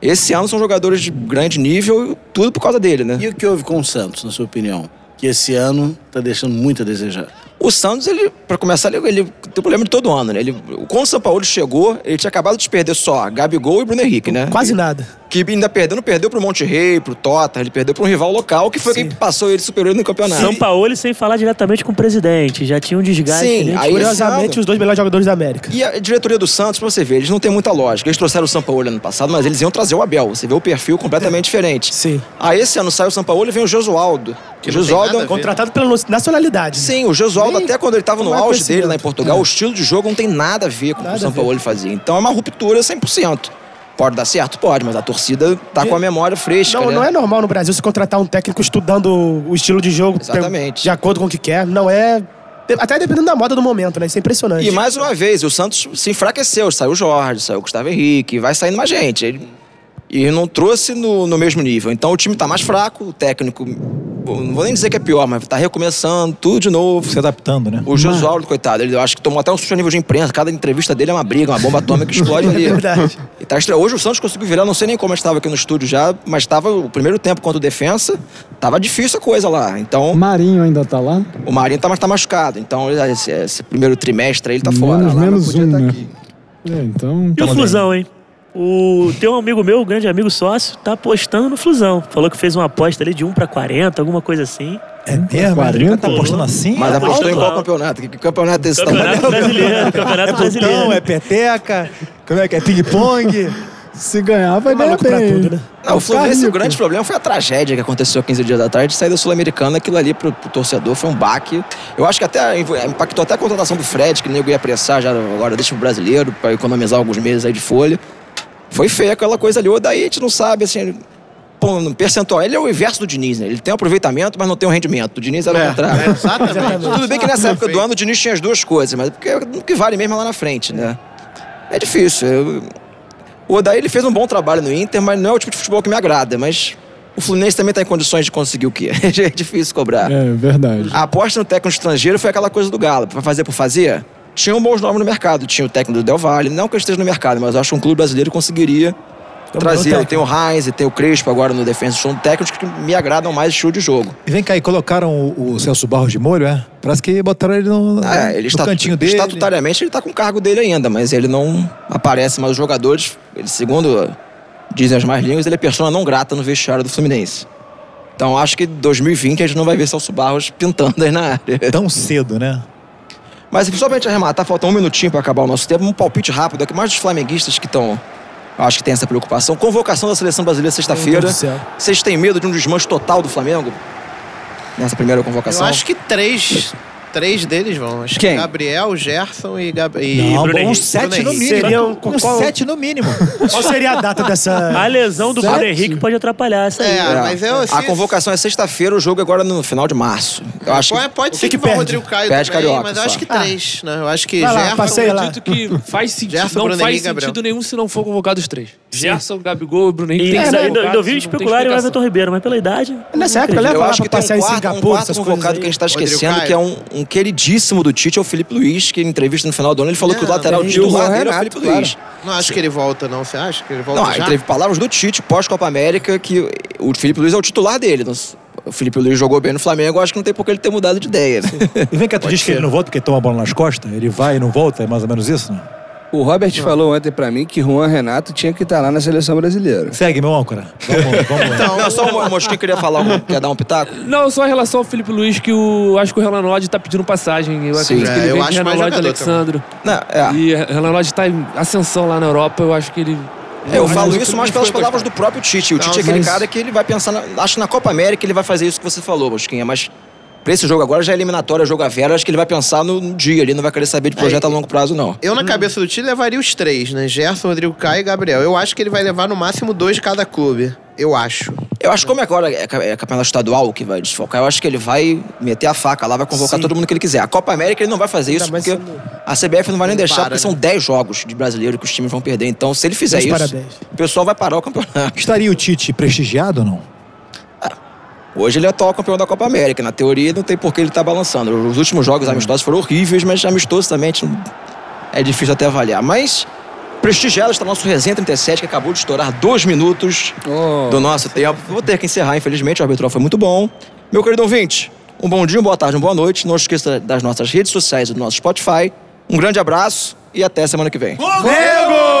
S2: Esse ano são jogadores de grande nível, tudo por causa dele, né?
S11: E o que houve com o Santos, na sua opinião? Que esse ano tá deixando muito a desejar.
S2: O Santos, ele, pra começar, ele, ele tem problema de todo ano, né? Ele, quando o São Paulo chegou, ele tinha acabado de perder só Gabigol e Bruno Henrique, né?
S7: Quase nada.
S2: Que ainda perdendo, perdeu pro Monte Rei, pro Tota, ele perdeu pro rival local, que foi quem passou ele, superou ele no campeonato.
S5: São Paulo sem falar diretamente com o presidente. Já tinha um desgaste.
S2: Sim,
S5: né?
S2: aí-
S7: Curiosamente, os dois melhores jogadores da América.
S2: E a diretoria do Santos, pra você ver, eles não têm muita lógica. Eles trouxeram o Sampaoli ano passado, mas eles iam trazer o Abel. Você vê o perfil completamente diferente.
S7: É. Sim.
S2: Aí esse ano sai o Sampaoli e vem o Josualdo. O
S9: não tem nada a
S2: Josualdo... é um
S9: ver.
S7: Contratado pela nacionalidade.
S2: Sim, o Josualdo,
S7: Nem-
S2: até quando ele tava no
S7: não é
S2: auge dele lá em
S7: conhecimento.
S2: Portugal,
S7: É.
S2: o estilo de jogo não tem nada a ver com o que
S7: Nada
S2: o
S7: a
S2: Sampaoli fazia. Então é uma ruptura 100%. Pode dar certo? Pode, mas a torcida tá com a memória fresca,
S7: Não,
S2: né?
S7: não é normal no Brasil se contratar um técnico estudando o estilo de jogo
S2: Exatamente.
S7: de acordo com o que quer. Não é. Até dependendo da moda do momento, né? Isso é impressionante.
S2: E mais uma vez, o Santos se enfraqueceu. Saiu o Jorge, saiu o Gustavo Henrique, vai saindo mais gente. Ele- E não trouxe no, no mesmo nível. Então o time tá mais fraco, o técnico. bom, Não vou nem dizer que é pior, mas tá recomeçando tudo de novo.
S3: Se adaptando, né?
S2: O Josualdo, coitado, ele eu acho que tomou até um susto a nível de imprensa. Cada entrevista dele é uma briga, uma bomba atômica que explode
S10: É
S2: ali.
S7: Verdade.
S2: E tá estra- Hoje o Santos conseguiu virar, não sei nem como estava aqui no estúdio já, mas estava o primeiro tempo contra o defensa, tava difícil a coisa lá. Então,
S10: Marinho ainda tá lá?
S2: o Marinho tá, mas tá machucado. Então, ele- esse, esse primeiro trimestre aí ele tá fora.
S10: menos
S2: Lá, mas
S10: menos
S2: podia
S10: um,
S2: tá
S10: né?
S2: aqui.
S10: É, então.
S5: E o um Flusão, hein? O tem um amigo meu, um grande amigo sócio, tá apostando no Flusão. Falou que fez uma aposta ali de 1 pra 40, alguma coisa assim.
S3: É mesmo?
S10: 40,
S3: tá apostando assim?
S2: Mas apostou em qual
S5: Claro.
S2: campeonato? Que, que campeonato é esse? tá
S5: Campeonato
S2: valendo?
S5: brasileiro, campeonato brasileiro.
S3: Então, é peteca, como é que é? Ping-pong?
S10: Se ganhar, vai ganhar
S7: maluco pra
S10: bem.
S7: tudo, né?
S2: Não, o Fluminense,
S10: Carlinhos,
S2: o grande problema foi a tragédia que aconteceu 15 dias atrás de sair da Sul-Americana. Aquilo ali pro, pro torcedor foi um baque. Eu acho que até invo- é, impactou até a contratação do Fred, que o nego ia apressar já agora, deixa pro brasileiro, pra economizar alguns meses aí de folha. Foi feia aquela coisa ali. O Daí a gente não sabe, assim. ele- Pô, no percentual, ele é o inverso do Diniz, né? Ele tem aproveitamento, mas não tem o rendimento. O Diniz era o contrário.
S9: é, Exatamente.
S2: Tudo bem que nessa época do ano o Diniz tinha as duas coisas, mas porque o que vale mesmo é lá na frente, né? É difícil. Eu- O Odair ele fez um bom trabalho no Inter, mas não é o tipo de futebol que me agrada. Mas o Fluminense também está em condições de conseguir o quê? É difícil cobrar.
S10: É, verdade.
S2: A aposta no técnico estrangeiro foi aquela coisa do Galo. Pra fazer por fazer, tinha um bons nomes no mercado. Tinha o técnico do Del Valle. Não que eu esteja no mercado, mas eu acho que um clube brasileiro conseguiria trazer. Tem o Heinz, tem o Crespo agora no Defensa. São técnicos que me agradam mais estilo de jogo.
S3: E vem cá, e colocaram o, o Celso Barros de molho, é? Parece que botaram ele no,
S2: É, ele
S3: né? no
S2: está
S3: cantinho dele.
S2: Estatutariamente ele tá com o cargo dele ainda, mas ele não aparece mais os jogadores. Ele, segundo dizem as mais línguas, ele é persona não grata no vestiário do Fluminense. Então acho que 2020 a gente não vai ver Celso Barros pintando aí na área.
S3: Tão cedo, né?
S2: Mas só pra gente arrematar, falta um minutinho pra acabar o nosso tempo. Um palpite rápido aqui, mais dos flamenguistas que estão. Eu acho que tem essa preocupação. Convocação da seleção brasileira
S7: Meu
S2: sexta-feira.
S7: Deus do céu.
S2: Vocês têm medo de um desmanche total do Flamengo? Nessa primeira
S9: Eu
S2: convocação?
S9: acho que três. Três deles vão. Acho
S2: Quem?
S9: que Gabriel, Gerson e Gabriel.
S3: Não, bom,
S5: Henrique.
S3: uns sete
S9: Bruno
S3: no
S9: Henrique.
S3: mínimo.
S7: Seriam-
S3: uns
S7: qual-
S3: sete no mínimo.
S7: Qual seria a data
S5: A
S7: dessa.
S5: lesão do Bruno
S3: Sete?
S5: Henrique pode atrapalhar essa aí.
S9: É,
S2: É.
S9: mas eu assim.
S2: A convocação é sexta-feira, o jogo é agora no final de março. Eu acho que
S9: Pode, pode ser que
S7: que
S9: vá o
S7: perde?
S9: Rodrigo Caio
S2: Perde
S9: também,
S2: Carioca,
S9: mas eu
S2: só.
S9: acho que três, né? Eu acho que
S7: Vai lá,
S9: Gerson,
S7: passeia lá.
S6: Acredito que faz sentido.
S9: Gerson,
S6: não
S9: Bruno
S6: faz
S9: Henrique,
S6: sentido
S9: Gabriel.
S6: nenhum se não for convocados os três. Gerson, Gabigol e Bruno Henrique.
S5: E
S6: tem que ser
S5: ainda, ainda,
S6: convocados,
S5: ainda ouvi
S6: não tem
S5: especular em
S6: explicação.
S5: Everton Ribeiro, mas pela idade.
S7: Nessa época,
S5: acredito.
S7: leva
S2: Eu
S7: lá
S2: acho
S7: pra
S2: que tem
S7: passear
S2: um
S7: em
S2: quarto, um
S7: Singapura,
S2: quarto
S7: essas coisas.
S2: convocado
S7: aí.
S2: que a gente tá
S9: Rodrigo
S2: esquecendo,
S9: Caio.
S2: que é um, um queridíssimo do Tite, é o Felipe Luiz, que em entrevista no final do ano ele falou que o
S9: Não,
S2: lateral
S9: tem
S2: titular
S8: o
S2: dele é o
S8: Renato,
S2: Felipe
S8: claro.
S2: Luiz.
S9: não acho que ele volta, não. Você acha que ele volta
S2: Não,
S9: já?
S2: teve palavras do Tite, pós-Copa América, que o Felipe Luiz é o titular dele. Não- O Felipe Luiz jogou bem no Flamengo, acho que não tem por que ele ter mudado de ideia. né?
S3: E vem cá, tu diz que ele não volta porque toma a bola nas costas? Ele vai e não volta? É mais ou menos isso, né?
S8: O Robert falou ontem pra mim que Juan Renato tinha que estar lá na seleção brasileira.
S3: Segue, meu âncora. Vamos, vamos. lá.
S2: Não, só o Mosquinho queria falar, um- quer dar um pitaco?
S6: Não, só em relação ao Felipe Luiz, que o, acho que o Renan Lodge tá pedindo passagem. Eu
S2: Sim.
S6: acredito que
S9: É,
S6: ele
S9: eu
S6: vem
S9: acho
S6: de Renan
S9: mais
S6: Lodge e
S9: jogador
S6: Alexandro.
S2: Não, é.
S6: E o Renan Lodge tá em ascensão lá na Europa. Eu acho que ele...
S2: É, Eu
S6: acho
S2: falo
S6: que
S2: isso
S6: ele
S2: mais
S6: foi
S2: pelas palavras do próprio Tite. O Tite é aquele
S10: mas-
S2: cara que ele vai pensar. na- acho que na Copa América ele vai fazer isso que você falou, Bosquinha. Mas pra esse jogo agora já é eliminatória, jogo a vera. Acho que ele vai pensar no, no dia. Ele não vai querer saber de projeto a longo prazo, não.
S9: Eu, na cabeça do Tite, levaria os três, né? Gerson, Rodrigo Caio e Gabriel. Eu acho que ele vai levar no máximo dois de cada clube. eu acho.
S2: Eu acho que como é agora é ca- é campeonato estadual que vai desfocar, eu acho que ele vai meter a faca lá, vai convocar todo mundo que ele quiser. A Copa América ele não vai fazer isso,
S7: mais
S2: porque
S7: sendo-
S2: a CBF não vai nem deixar,
S9: para,
S2: porque
S9: né?
S2: são 10 jogos de brasileiro que os times vão perder. Então, se ele fizer
S7: Meus
S2: isso,
S7: parabéns.
S2: o pessoal vai parar o campeonato.
S3: Estaria o Tite prestigiado ou não?
S2: Hoje ele é atual campeão da Copa América. Na teoria, não tem por que ele tá balançando. Os últimos jogos amistosos foram horríveis, mas amistoso também a gente não- é difícil até avaliar. Mas prestigiado está nosso Resenha 37, que acabou de estourar dois minutos do nosso tempo. Vou ter que encerrar, infelizmente. O arbitral foi muito bom. Meu querido ouvinte, um bom dia, uma boa tarde, uma boa noite. Não esqueça das nossas redes sociais e do nosso Spotify. Um grande abraço e até semana que vem.
S3: Nego!